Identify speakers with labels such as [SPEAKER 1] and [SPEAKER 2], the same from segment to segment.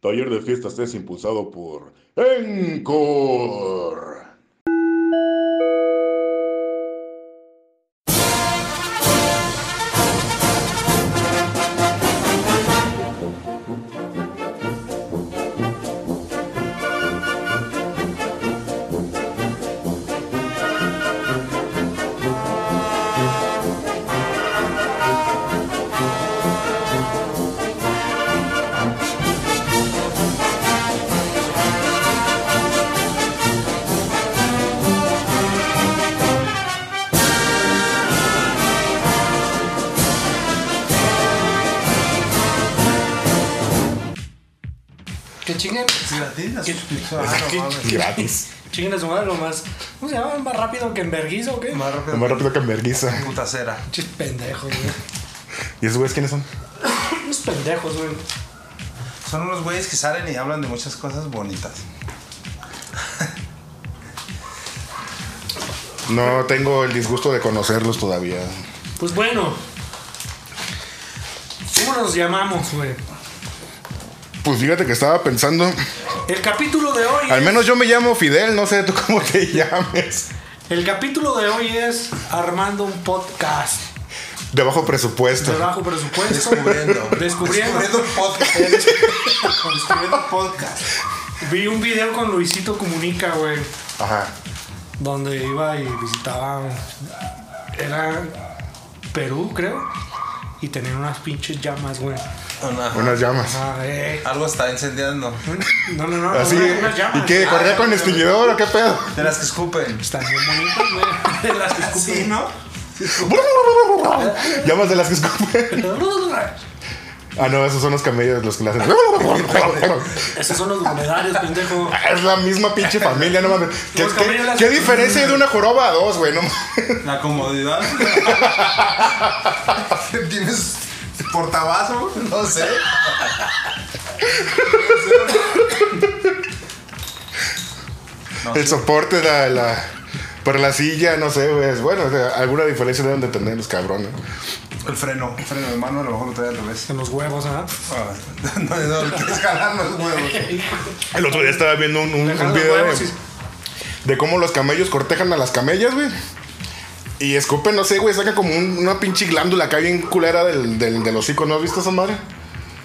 [SPEAKER 1] Taller de Fiestas es impulsado por Encore.
[SPEAKER 2] Que chinguen.
[SPEAKER 3] Gratis la
[SPEAKER 2] ¿Qué?
[SPEAKER 3] suscripción. Ah,
[SPEAKER 1] ¿Qué?
[SPEAKER 3] no mames.
[SPEAKER 1] Gratis.
[SPEAKER 2] Chinguen a su madre lo más. ¿Cómo se llama? ¿Más rápido que en verguizo o qué?
[SPEAKER 3] Más rápido.
[SPEAKER 1] Lo más rápido que en vergüenza.
[SPEAKER 3] Puta cera.
[SPEAKER 2] Chis pendejos, güey.
[SPEAKER 1] ¿Y esos güeyes quiénes son?
[SPEAKER 2] Unos pendejos, güey.
[SPEAKER 3] Son unos güeyes que salen y hablan de muchas cosas bonitas.
[SPEAKER 1] No tengo el disgusto de conocerlos todavía.
[SPEAKER 2] Pues bueno. ¿Cómo nos llamamos, güey?
[SPEAKER 1] Pues fíjate que estaba pensando.
[SPEAKER 2] El capítulo de hoy.
[SPEAKER 1] Al menos yo me llamo Fidel, no sé tú cómo te llames.
[SPEAKER 2] El capítulo de hoy es Armando un podcast.
[SPEAKER 1] De bajo presupuesto.
[SPEAKER 2] De bajo presupuesto.
[SPEAKER 3] Descubriendo.
[SPEAKER 2] Descubriendo.
[SPEAKER 3] Descubriendo podcast.
[SPEAKER 2] Descubriendo podcast. Vi un video con Luisito Comunica, güey.
[SPEAKER 1] Ajá.
[SPEAKER 2] Donde iba y visitaba. Era Perú, creo. Y tenían unas pinches llamas, güey.
[SPEAKER 3] Una-
[SPEAKER 1] Unas llamas.
[SPEAKER 2] Ah, eh.
[SPEAKER 3] Algo está incendiando.
[SPEAKER 2] No, no, no.
[SPEAKER 1] Así.
[SPEAKER 2] unas- unas llamas.
[SPEAKER 1] ¿Y qué?
[SPEAKER 2] Ah,
[SPEAKER 1] ¿Corría con extinguidor o qué pedo?
[SPEAKER 3] De las que escupen.
[SPEAKER 2] Están bien bonitas, güey. Las que escupen.
[SPEAKER 3] Sí, ¿no?
[SPEAKER 1] Llamas de las que escupen. Ah, no, esos son los camellos los que le hacen.
[SPEAKER 2] Esos son los monedarios, pendejo.
[SPEAKER 1] Es la misma pinche familia, no mames. ¿Qué,
[SPEAKER 2] Los
[SPEAKER 1] qué-
[SPEAKER 2] camellos las-
[SPEAKER 1] qué diferencia hay de una joroba a dos, güey? No mames.
[SPEAKER 3] La comodidad. ¿Tienes portabazo? No sé. No
[SPEAKER 1] El soporte de la, la- para la silla, no sé, güey. Es Bueno, o sea, alguna diferencia deben de tener los cabrones.
[SPEAKER 3] El freno. El freno de mano a lo mejor lo trae al revés.
[SPEAKER 2] En los huevos, ¿ah?
[SPEAKER 3] Ah, No, no, no, quieres jalar los huevos.
[SPEAKER 1] El otro día estaba viendo un, un- un
[SPEAKER 2] Dejar los
[SPEAKER 1] video
[SPEAKER 2] huevos
[SPEAKER 1] de, de cómo los camellos cortejan a las camellas, güey. Y escupen, no sé, güey, sacan como un- una pinche glándula acá bien culera del, del, del hocico. ¿No has visto esa madre?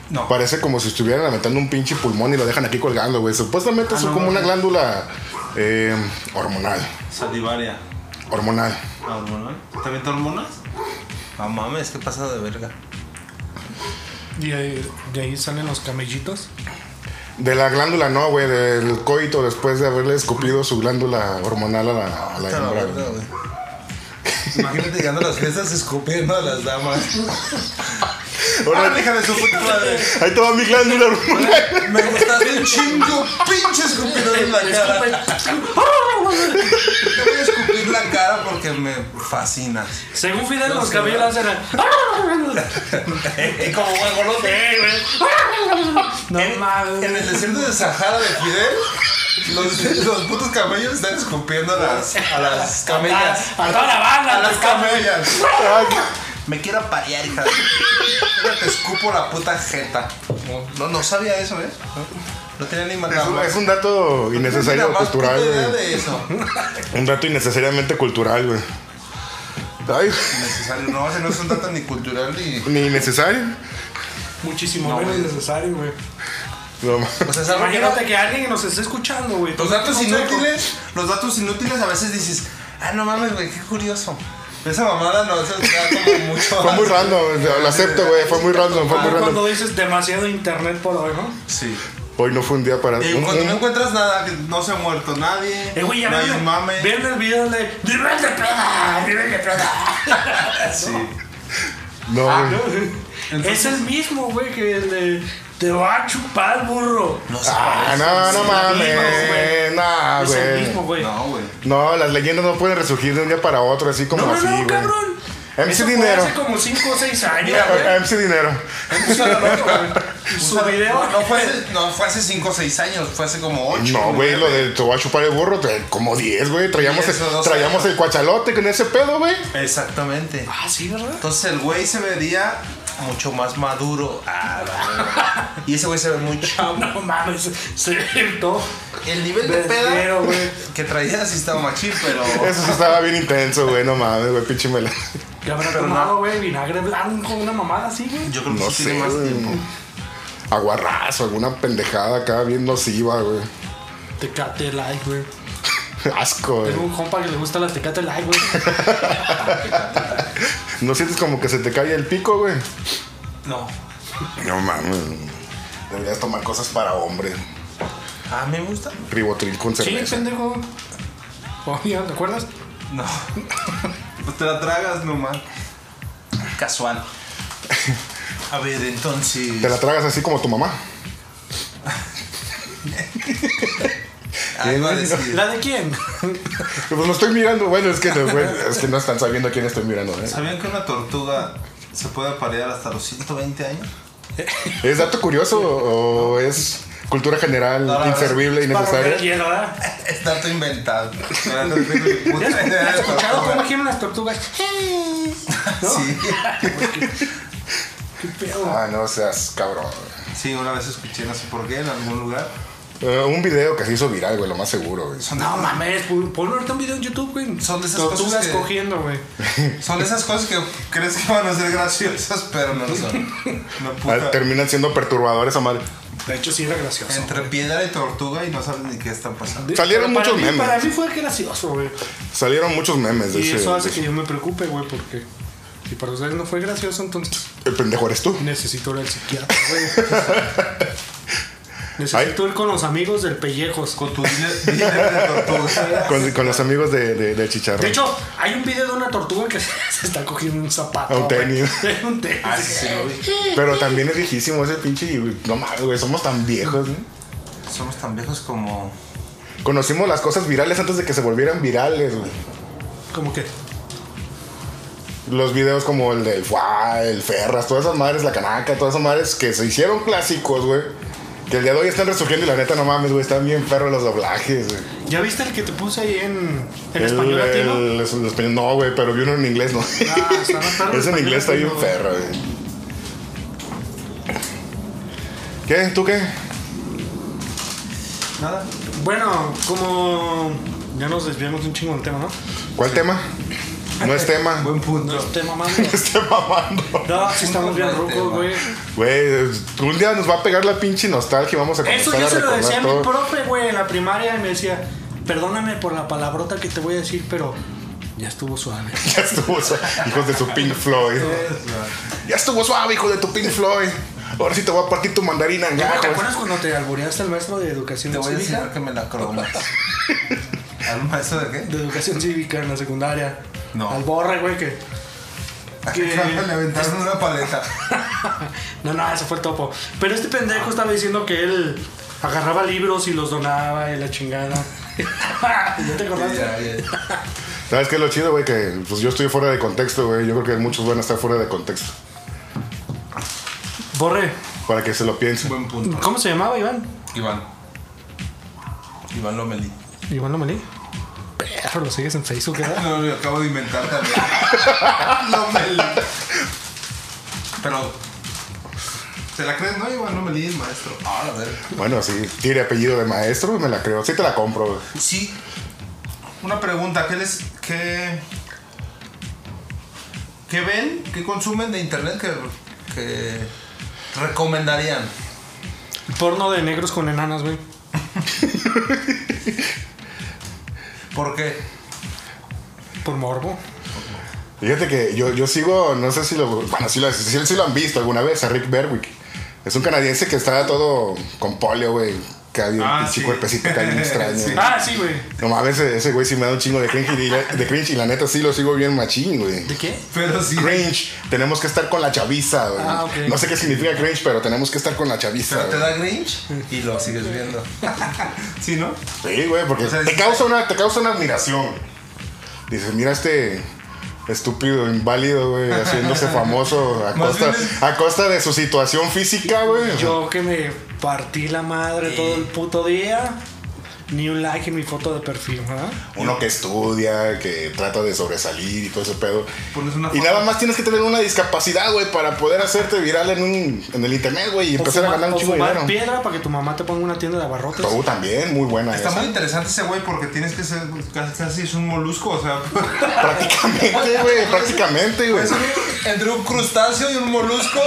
[SPEAKER 3] No.
[SPEAKER 1] Parece como si estuvieran aventando un pinche pulmón y lo dejan aquí colgando, güey. Supuestamente
[SPEAKER 2] Ah,
[SPEAKER 1] eso es como una glándula eh, hormonal.
[SPEAKER 3] Salivaria.
[SPEAKER 1] Hormonal.
[SPEAKER 3] Ah, ¿Hormonal? ¿Te avienta hormonas? No mames, ¿qué pasa de verga?
[SPEAKER 2] Y ahí- de ahí salen los camellitos.
[SPEAKER 1] De la glándula no, güey, del coito después de haberle escupido su glándula hormonal a la, a
[SPEAKER 3] Puta
[SPEAKER 1] la
[SPEAKER 3] la
[SPEAKER 1] hembra,
[SPEAKER 3] verga,
[SPEAKER 1] güey.
[SPEAKER 3] güey. Imagínate llegando a las fiestas escupiendo a las damas. Ah,
[SPEAKER 1] Ahora,
[SPEAKER 3] hija de su puta madre!
[SPEAKER 1] ahí te va mi glándula hormonal.
[SPEAKER 3] Me gustaste un chingo, pinche escupidor en la cara. Te voy a escupir la cara porque me fascinas.
[SPEAKER 2] Según Fidel, los
[SPEAKER 3] sé,
[SPEAKER 2] camellos
[SPEAKER 3] ¿no?
[SPEAKER 2] hacen.
[SPEAKER 3] Y como buen golote.
[SPEAKER 2] No
[SPEAKER 3] En el
[SPEAKER 2] mames.
[SPEAKER 3] desierto de Sahara de Fidel, los, los putos camellos están escupiendo a las, a las camellas.
[SPEAKER 2] A toda la banda,
[SPEAKER 3] A las camellas.
[SPEAKER 1] Ay,
[SPEAKER 3] Me quiero parear, hija. de- Mira, Te escupo la puta jeta. No, no sabía eso, ¿eh? No tenía ni
[SPEAKER 1] es, un-
[SPEAKER 3] manera.
[SPEAKER 1] es un dato innecesario cultural, eh. güey.
[SPEAKER 3] de eso.
[SPEAKER 1] Un dato innecesariamente cultural, güey. Ay,
[SPEAKER 3] Necesario. No, ese no es un dato ni cultural ni.
[SPEAKER 1] ni necesario.
[SPEAKER 2] Muchísimo
[SPEAKER 3] No,
[SPEAKER 2] menos
[SPEAKER 3] güey.
[SPEAKER 2] necesario, güey.
[SPEAKER 1] No, ma-
[SPEAKER 3] O sea, Pues es algo que no-
[SPEAKER 2] Imagínate que alguien nos esté escuchando, güey.
[SPEAKER 3] Los datos
[SPEAKER 2] Consejo.
[SPEAKER 3] inútiles, los datos inútiles a veces dices, ah, no mames, güey, qué curioso. Esa mamada no, eso da como mucho.
[SPEAKER 1] Fue muy random, lo acepto, güey. Fue muy random, fue muy
[SPEAKER 2] Ah,
[SPEAKER 1] random.
[SPEAKER 2] Cuando dices demasiado internet por hoy, ¿no?
[SPEAKER 3] Sí.
[SPEAKER 1] Hoy no fue un día para.
[SPEAKER 3] Y
[SPEAKER 1] un-
[SPEAKER 3] cuando no
[SPEAKER 1] un-
[SPEAKER 3] encuentras nada, que no se ha muerto nadie.
[SPEAKER 2] Eh, güey, ya
[SPEAKER 3] nadie
[SPEAKER 2] vieron-
[SPEAKER 3] mame.
[SPEAKER 2] vieron el video de nivel de peda, nivel de peda.
[SPEAKER 3] Sí.
[SPEAKER 1] No,
[SPEAKER 2] Ah,
[SPEAKER 1] güey.
[SPEAKER 2] ¿no? es el mismo, güey, que el de te va a chupar, burro.
[SPEAKER 3] No se
[SPEAKER 1] Ah,
[SPEAKER 3] parece.
[SPEAKER 1] no, no
[SPEAKER 2] Sí, amigos,
[SPEAKER 1] mames.
[SPEAKER 2] güey.
[SPEAKER 1] Nah,
[SPEAKER 2] es el
[SPEAKER 1] güey.
[SPEAKER 2] mismo, güey. No,
[SPEAKER 3] No, Ah, güey.
[SPEAKER 1] No, las leyendas no pueden resurgir de un día para otro, así como
[SPEAKER 2] no,
[SPEAKER 1] así,
[SPEAKER 2] no,
[SPEAKER 1] güey. Eh,
[SPEAKER 2] cabrón.
[SPEAKER 1] MC
[SPEAKER 2] Eso fue
[SPEAKER 1] Dinero.
[SPEAKER 2] hace como 5 o 6 años,
[SPEAKER 3] Mira, eh,
[SPEAKER 2] güey.
[SPEAKER 1] MC Dinero.
[SPEAKER 2] Y Su video.
[SPEAKER 3] No, no fue hace, no fue hace 5 o 6 años, fue hace como 8.
[SPEAKER 1] No, güey, lo de te voy a chupar el burro, te- como 10, güey. Traíamos,
[SPEAKER 3] Diez o
[SPEAKER 1] el,
[SPEAKER 3] doce
[SPEAKER 1] traíamos
[SPEAKER 3] años.
[SPEAKER 1] el cuachalote con ese pedo, güey.
[SPEAKER 3] Exactamente.
[SPEAKER 2] Ah, sí, ¿verdad?
[SPEAKER 3] Entonces el güey se vería mucho más maduro. Ah, la verga. y ese güey se ve muy chavo.
[SPEAKER 2] No mames, se ve todo.
[SPEAKER 3] El nivel de
[SPEAKER 2] Verguero,
[SPEAKER 3] peda
[SPEAKER 2] güey.
[SPEAKER 3] que traía sí estaba machín, pero.
[SPEAKER 1] Eso sí estaba bien intenso, güey. No mames, güey, pinche mela.
[SPEAKER 2] Que habrá
[SPEAKER 3] Pero
[SPEAKER 2] tomado,
[SPEAKER 3] no.
[SPEAKER 2] güey? Vinagre blanco, una mamada así, güey.
[SPEAKER 3] Yo creo que
[SPEAKER 1] No
[SPEAKER 3] sí
[SPEAKER 1] sé,
[SPEAKER 3] tiene más
[SPEAKER 1] güey.
[SPEAKER 3] tiempo.
[SPEAKER 1] Aguarrazo, alguna pendejada acá bien nociva, güey.
[SPEAKER 2] Tecate light, güey.
[SPEAKER 1] Asco, güey.
[SPEAKER 3] Pues.
[SPEAKER 2] Tengo un compa que le gusta la tecate light, güey.
[SPEAKER 1] ¿No sientes como que se te cae el pico, güey?
[SPEAKER 2] No.
[SPEAKER 1] No mames. Deberías tomar cosas para hombre.
[SPEAKER 3] A mí me gusta.
[SPEAKER 1] Ribotril con
[SPEAKER 2] Sí,
[SPEAKER 1] cerveza.
[SPEAKER 2] pendejo. Oh, mira, ¿te acuerdas?
[SPEAKER 3] No. Pues te la tragas nomás. Casual. A ver, entonces.
[SPEAKER 1] Te la tragas así como tu mamá.
[SPEAKER 3] Algo a decir.
[SPEAKER 2] ¿La de quién?
[SPEAKER 1] Pues no estoy mirando, bueno, es que, güey, es que no están sabiendo a quién estoy mirando, ¿eh?
[SPEAKER 3] ¿Sabían que una tortuga se puede aparear hasta los 120 años?
[SPEAKER 1] ¿Es dato curioso o es cultura general
[SPEAKER 3] No, no,
[SPEAKER 1] inservible,
[SPEAKER 2] Para romper el
[SPEAKER 1] innecesaria?
[SPEAKER 2] hielo, ¿verdad?
[SPEAKER 3] Es tanto inventado. Pero no tengo ni puta idea de
[SPEAKER 2] ¿Has escuchado
[SPEAKER 3] tortuga.
[SPEAKER 2] cómo giran las tortugas? ¿No?
[SPEAKER 3] Sí.
[SPEAKER 2] ¿Qué pedo?
[SPEAKER 1] Ah, no seas cabrón. güey.
[SPEAKER 3] sí, una vez escuché, no sé por qué, en algún lugar.
[SPEAKER 1] Eh, un video que se hizo viral, güey, lo más seguro, güey.
[SPEAKER 3] Son de,
[SPEAKER 2] No mames, pon- ponlo ahorita un video en YouTube, güey.
[SPEAKER 3] Son de esas
[SPEAKER 2] Tortugas
[SPEAKER 3] cosas que-
[SPEAKER 2] cogiendo, güey.
[SPEAKER 3] son de esas cosas que crees que van a ser graciosas, pero no lo son. Una
[SPEAKER 1] Ah,
[SPEAKER 3] puta.
[SPEAKER 1] Terminan siendo perturbadores a madre.
[SPEAKER 2] De hecho, sí era gracioso.
[SPEAKER 3] Entre piedra y tortuga y no sabes ni qué están pasando.
[SPEAKER 2] De-
[SPEAKER 1] Salieron
[SPEAKER 2] pero para
[SPEAKER 1] muchos
[SPEAKER 2] mí-
[SPEAKER 1] memes.
[SPEAKER 2] Para mí fue gracioso, güey.
[SPEAKER 1] Salieron muchos memes de
[SPEAKER 2] Y
[SPEAKER 1] ese-
[SPEAKER 2] eso hace
[SPEAKER 1] de
[SPEAKER 2] que yo me preocupe, güey, porque si para ustedes no fue gracioso, entonces
[SPEAKER 1] ese- El pendejo eres tú.
[SPEAKER 2] necesito ir al psiquiatra, güey. Necesito ir con los amigos del Pellejos.
[SPEAKER 3] Con tu dealer dealer de tortuga.
[SPEAKER 1] Con, con los amigos de, de, de Chicharro.
[SPEAKER 2] De hecho, hay un video de una tortuga que se está cogiendo un zapato.
[SPEAKER 1] A un
[SPEAKER 2] güey.
[SPEAKER 1] tenis.
[SPEAKER 2] un tenis.
[SPEAKER 3] Ah, sí, sí, lo vi.
[SPEAKER 1] Pero también es viejísimo ese pinche. y, güey, No mames, güey, somos tan viejos. güey.
[SPEAKER 3] Somos tan viejos como.
[SPEAKER 1] Conocimos las cosas virales antes de que se volvieran virales, güey.
[SPEAKER 2] Como que.
[SPEAKER 1] Los videos como el del Fuá, el Ferras, todas esas madres, la Canaca, todas esas madres que se hicieron clásicos, güey. Que el día de hoy están resurgiendo y la neta, no mames, güey, están bien perros los doblajes, güey.
[SPEAKER 2] ¿Ya viste el que te puse ahí en, en
[SPEAKER 1] El-
[SPEAKER 2] español latino?
[SPEAKER 1] el- es- el español- no, güey, pero vi uno en inglés, ¿no?
[SPEAKER 2] Ah, está más perro el
[SPEAKER 1] Ese en
[SPEAKER 2] español
[SPEAKER 1] inglés está bien
[SPEAKER 2] latino, güey.
[SPEAKER 1] perro, güey. ¿Qué? ¿Tú qué?
[SPEAKER 3] Nada.
[SPEAKER 2] Bueno, como ya nos desviamos un chingo del tema, ¿no?
[SPEAKER 1] ¿Cuál tema? No es tema.
[SPEAKER 3] Buen punto.
[SPEAKER 2] No es tema, mami.
[SPEAKER 1] Estoy mamando.
[SPEAKER 2] No, sí estamos bien
[SPEAKER 3] No hay
[SPEAKER 2] rucos,
[SPEAKER 3] tema.
[SPEAKER 2] güey.
[SPEAKER 1] Güey, un día nos va a pegar la pinche nostalgia y vamos a comenzar
[SPEAKER 2] Eso yo
[SPEAKER 1] a
[SPEAKER 2] se lo
[SPEAKER 1] recordar
[SPEAKER 2] decía a mi
[SPEAKER 1] todo.
[SPEAKER 2] profe, güey, en la primaria. Y me decía, perdóname por la palabrota que te voy a decir, pero ya estuvo suave.
[SPEAKER 1] Ya estuvo suave, hijos de su Pink Floyd. Ya estuvo suave, hijo de tu Pink Floyd. Ahora sí te voy a partir tu mandarina en
[SPEAKER 2] ¿Te
[SPEAKER 1] gajos.
[SPEAKER 2] acuerdas cuando te albureaste al maestro de educación
[SPEAKER 3] Te voy a
[SPEAKER 2] cívica?
[SPEAKER 3] enseñar que me la cromas. ¿Al maestro de qué?
[SPEAKER 2] De educación cívica en la secundaria.
[SPEAKER 3] No.
[SPEAKER 2] Al borre, güey, que. ¿Qué?
[SPEAKER 3] Le aventaron una paleta.
[SPEAKER 2] No, no, eso fue el topo. Pero este
[SPEAKER 1] Ah.
[SPEAKER 2] pendejo estaba diciendo que él agarraba libros y los donaba y la chingada. ¿Ya te acordaste?
[SPEAKER 3] Ya, ya, ya.
[SPEAKER 1] ¿Sabes qué es lo chido, güey? Que pues yo estoy fuera de contexto, güey. Yo creo que muchos van a estar fuera de contexto.
[SPEAKER 2] Borre,
[SPEAKER 1] Para que se lo piensen.
[SPEAKER 3] Buen punto.
[SPEAKER 2] ¿cómo se llamaba Iván?
[SPEAKER 3] Iván. Iván Lomelí.
[SPEAKER 2] Iván Lomelí. Perro, lo sigues en Facebook, ¿verdad?
[SPEAKER 3] No, lo acabo de inventar también. Lomelí. Pero. ¿Te la crees, no? Iván Lomelí es maestro. Ah, a ver.
[SPEAKER 1] Bueno, sí, tiene apellido de maestro, me la creo. Sí te la compro, güey.
[SPEAKER 3] Sí. Una pregunta, ¿qué les. qué. qué ven, qué consumen de internet que. que recomendarían?
[SPEAKER 2] Porno de negros con enanas, güey.
[SPEAKER 3] ¿Por qué?
[SPEAKER 2] Por morbo.
[SPEAKER 1] Fíjate que yo, yo sigo, no sé si lo. Bueno, sí lo, sí- sí lo han visto alguna vez, a Rick Berwick. Es un canadiense que está todo con polio, güey. Que había un
[SPEAKER 3] Ah,
[SPEAKER 1] pinche
[SPEAKER 3] sí.
[SPEAKER 1] cuerpecito acá bien extraño.
[SPEAKER 3] Sí.
[SPEAKER 1] güey.
[SPEAKER 2] Ah, sí, güey.
[SPEAKER 1] No mames, ese ese güey sí me da un chingo de cringe y la, de cringe y la neta sí lo sigo bien machín, güey.
[SPEAKER 2] ¿De qué?
[SPEAKER 3] Pero sí.
[SPEAKER 1] Cringe, tenemos que estar con la chaviza, güey.
[SPEAKER 2] Ah, ok.
[SPEAKER 1] No sé qué significa cringe, pero tenemos que estar con la chaviza.
[SPEAKER 3] Pero te
[SPEAKER 1] güey.
[SPEAKER 3] da Grinch y lo sigues viendo. ¿Sí, no?
[SPEAKER 1] Sí, güey, porque
[SPEAKER 3] O sea,
[SPEAKER 1] te,
[SPEAKER 3] dices-
[SPEAKER 1] causa una, te causa una admiración. Dices, mira este estúpido, inválido, güey, haciéndose famoso a
[SPEAKER 3] Más
[SPEAKER 1] costa,
[SPEAKER 3] bien es-
[SPEAKER 1] a costa de su situación física, güey.
[SPEAKER 2] Yo que me partí la madre todo el puto día. ni un like en mi foto de perfil, ¿verdad?
[SPEAKER 1] Uno que estudia, que trata de sobresalir y todo ese pedo.
[SPEAKER 3] Pones una
[SPEAKER 1] Y
[SPEAKER 3] foto.
[SPEAKER 1] nada más tienes que tener una discapacidad, güey, para poder hacerte viral en, un, en el internet, güey, y
[SPEAKER 2] O
[SPEAKER 1] empezar a
[SPEAKER 2] fumar-
[SPEAKER 1] ganar un
[SPEAKER 2] o
[SPEAKER 1] chingo de
[SPEAKER 2] fumar
[SPEAKER 1] dinero.
[SPEAKER 2] piedra para que tu mamá te ponga una tienda de abarrotes.
[SPEAKER 1] Tú también, muy buena
[SPEAKER 3] Está
[SPEAKER 1] esa.
[SPEAKER 3] muy interesante ese güey porque tienes que ser. Casi, casi es un molusco, o sea.
[SPEAKER 1] Prácticamente, güey, prácticamente, güey.
[SPEAKER 3] Pues Es un- entre un crustáceo y un molusco.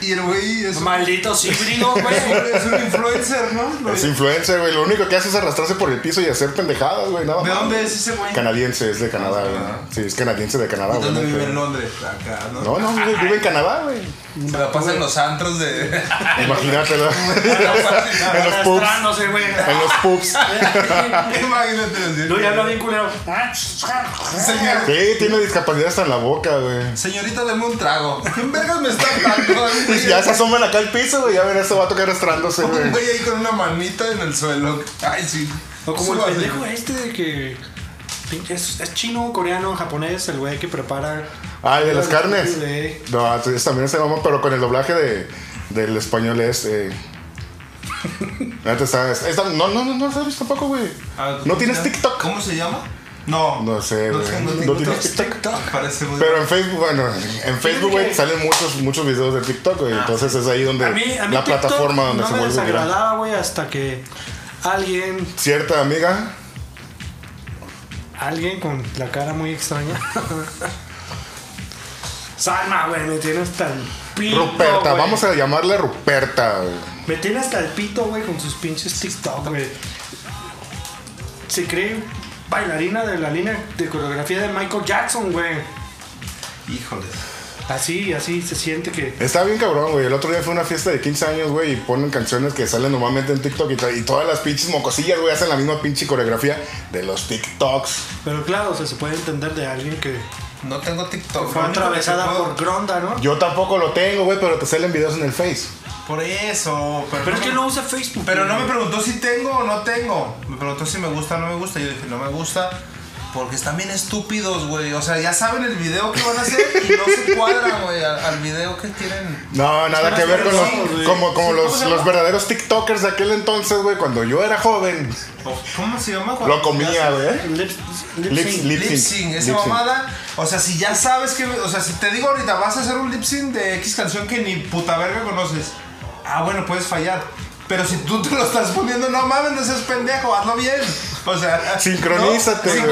[SPEAKER 3] Y el güey es, un-
[SPEAKER 2] Maldito híbridos,
[SPEAKER 3] es
[SPEAKER 2] güey.
[SPEAKER 3] un- es un influencer, ¿no? Lo-
[SPEAKER 1] Es influencer, güey. Lo único que hace es arrastrarse por el piso y hacer pendejadas, güey. Nada
[SPEAKER 3] ¿De
[SPEAKER 1] más.
[SPEAKER 3] dónde es ese güey?
[SPEAKER 1] Canadiense, es de Canadá, güey. Sí, es canadiense de Canadá, güey.
[SPEAKER 3] ¿Dónde
[SPEAKER 1] no
[SPEAKER 3] vive
[SPEAKER 1] creo.
[SPEAKER 3] en Londres? Acá, ¿no?
[SPEAKER 1] No, no, vive, vive en Canadá, güey.
[SPEAKER 3] Se la pasa en los antros de.
[SPEAKER 1] Imagínatelo. en los pubs.
[SPEAKER 2] Arrastrándose, güey.
[SPEAKER 1] En los pubs.
[SPEAKER 3] Imagínate los
[SPEAKER 2] No, ya habla bien culero.
[SPEAKER 3] Señor-
[SPEAKER 1] Sí, tiene discapacidad hasta en la boca, güey.
[SPEAKER 3] Señorita, deme un trago. ¿Quién vergas me está hablando?
[SPEAKER 1] Y ya se asoman acá al piso, güey. Ya ven a este vato que arrastrándose, güey.
[SPEAKER 3] Un güey ahí con una manita en el suelo. Ay, sí.
[SPEAKER 2] O como el
[SPEAKER 3] Súbase.
[SPEAKER 2] pendejo este de que. Es, es chino, coreano, japonés, el güey que prepara.
[SPEAKER 1] Ah, el de las carnes.
[SPEAKER 2] Sí.
[SPEAKER 1] No, entonces también se llama, pero con el doblaje de, del español es. Eh. Neta, está- está- no, no, no, no lo sabes tampoco, güey.
[SPEAKER 3] Ah,
[SPEAKER 1] No
[SPEAKER 3] ¿cómo
[SPEAKER 1] tienes
[SPEAKER 3] se llama?
[SPEAKER 1] TikTok.
[SPEAKER 3] ¿Cómo se llama? No.
[SPEAKER 1] No sé,
[SPEAKER 3] No
[SPEAKER 1] güey.
[SPEAKER 3] tengo
[SPEAKER 1] No
[SPEAKER 3] TikTok.
[SPEAKER 1] tienes
[SPEAKER 2] Es TikTok.
[SPEAKER 3] Parece muy.
[SPEAKER 1] Pero en Facebook, bueno, en Facebook, güey,
[SPEAKER 2] que- Ah,
[SPEAKER 1] salen muchos, muchos videos de TikTok, güey. entonces es ahí donde
[SPEAKER 2] A mí, a mí
[SPEAKER 1] la
[SPEAKER 2] TikTok
[SPEAKER 1] plataforma donde
[SPEAKER 2] no
[SPEAKER 1] se
[SPEAKER 2] me
[SPEAKER 1] vuelve viral.
[SPEAKER 2] desagradaba, güey, hasta que alguien,
[SPEAKER 1] Cierta amiga,
[SPEAKER 2] alguien con la cara muy extraña. Salma, güey, me tiene hasta el pito.
[SPEAKER 1] Ruperta,
[SPEAKER 2] güey.
[SPEAKER 1] vamos a llamarle Ruperta, güey.
[SPEAKER 2] Me tiene hasta el pito, güey, con sus pinches TikTok, güey. Se cree bailarina de la línea de coreografía de Michael Jackson, güey.
[SPEAKER 3] Híjoles.
[SPEAKER 2] Así, así se siente que.
[SPEAKER 1] Está bien cabrón, güey. El otro día fue una fiesta de 15 años, güey, y ponen canciones que salen normalmente en TikTok y, to- y todas las pinches mocosillas, güey, hacen la misma pinche coreografía de los TikToks.
[SPEAKER 2] Pero claro, o sea, se puede entender de alguien que
[SPEAKER 3] No tengo TikTok.
[SPEAKER 2] fue
[SPEAKER 3] Lo único que
[SPEAKER 2] atravesada
[SPEAKER 3] puedo-
[SPEAKER 2] por Gronda, ¿no?
[SPEAKER 1] Yo tampoco lo tengo, güey, pero te salen videos en el Face.
[SPEAKER 3] Por eso. Pero,
[SPEAKER 2] Pero es que
[SPEAKER 3] me-
[SPEAKER 2] no usa Facebook.
[SPEAKER 3] Pero no
[SPEAKER 2] güey.
[SPEAKER 3] me preguntó si tengo o no tengo. Me preguntó si me gusta o no me gusta. Yo dije, no me gusta. Porque están bien estúpidos, güey. O sea, ya saben el video que van a hacer y no se cuadran, güey, al, al video que tienen.
[SPEAKER 1] No, nada
[SPEAKER 2] más
[SPEAKER 1] que ver con los,
[SPEAKER 2] vergonzoso, güey.
[SPEAKER 1] como, como
[SPEAKER 3] Sí, ¿cómo
[SPEAKER 1] los,
[SPEAKER 3] se llama?
[SPEAKER 1] los verdaderos TikTokers de aquel entonces, güey, cuando yo era joven.
[SPEAKER 3] ¿Cómo se llama?
[SPEAKER 1] Pues, Lo comía, güey.
[SPEAKER 2] Lip, lip
[SPEAKER 1] Lip-
[SPEAKER 2] sync.
[SPEAKER 1] lip-
[SPEAKER 3] Lip sync, esa
[SPEAKER 1] Lip sync.
[SPEAKER 3] mamada. O sea, si ya sabes que. O sea, si te digo ahorita, vas a hacer un lip sync de X canción que ni puta verga conoces. Ah, bueno, puedes fallar. Pero si tú te lo estás poniendo, no mames, no seas pendejo, hazlo bien. O sea,
[SPEAKER 1] Sincronízate,
[SPEAKER 3] ¿no?
[SPEAKER 1] güey.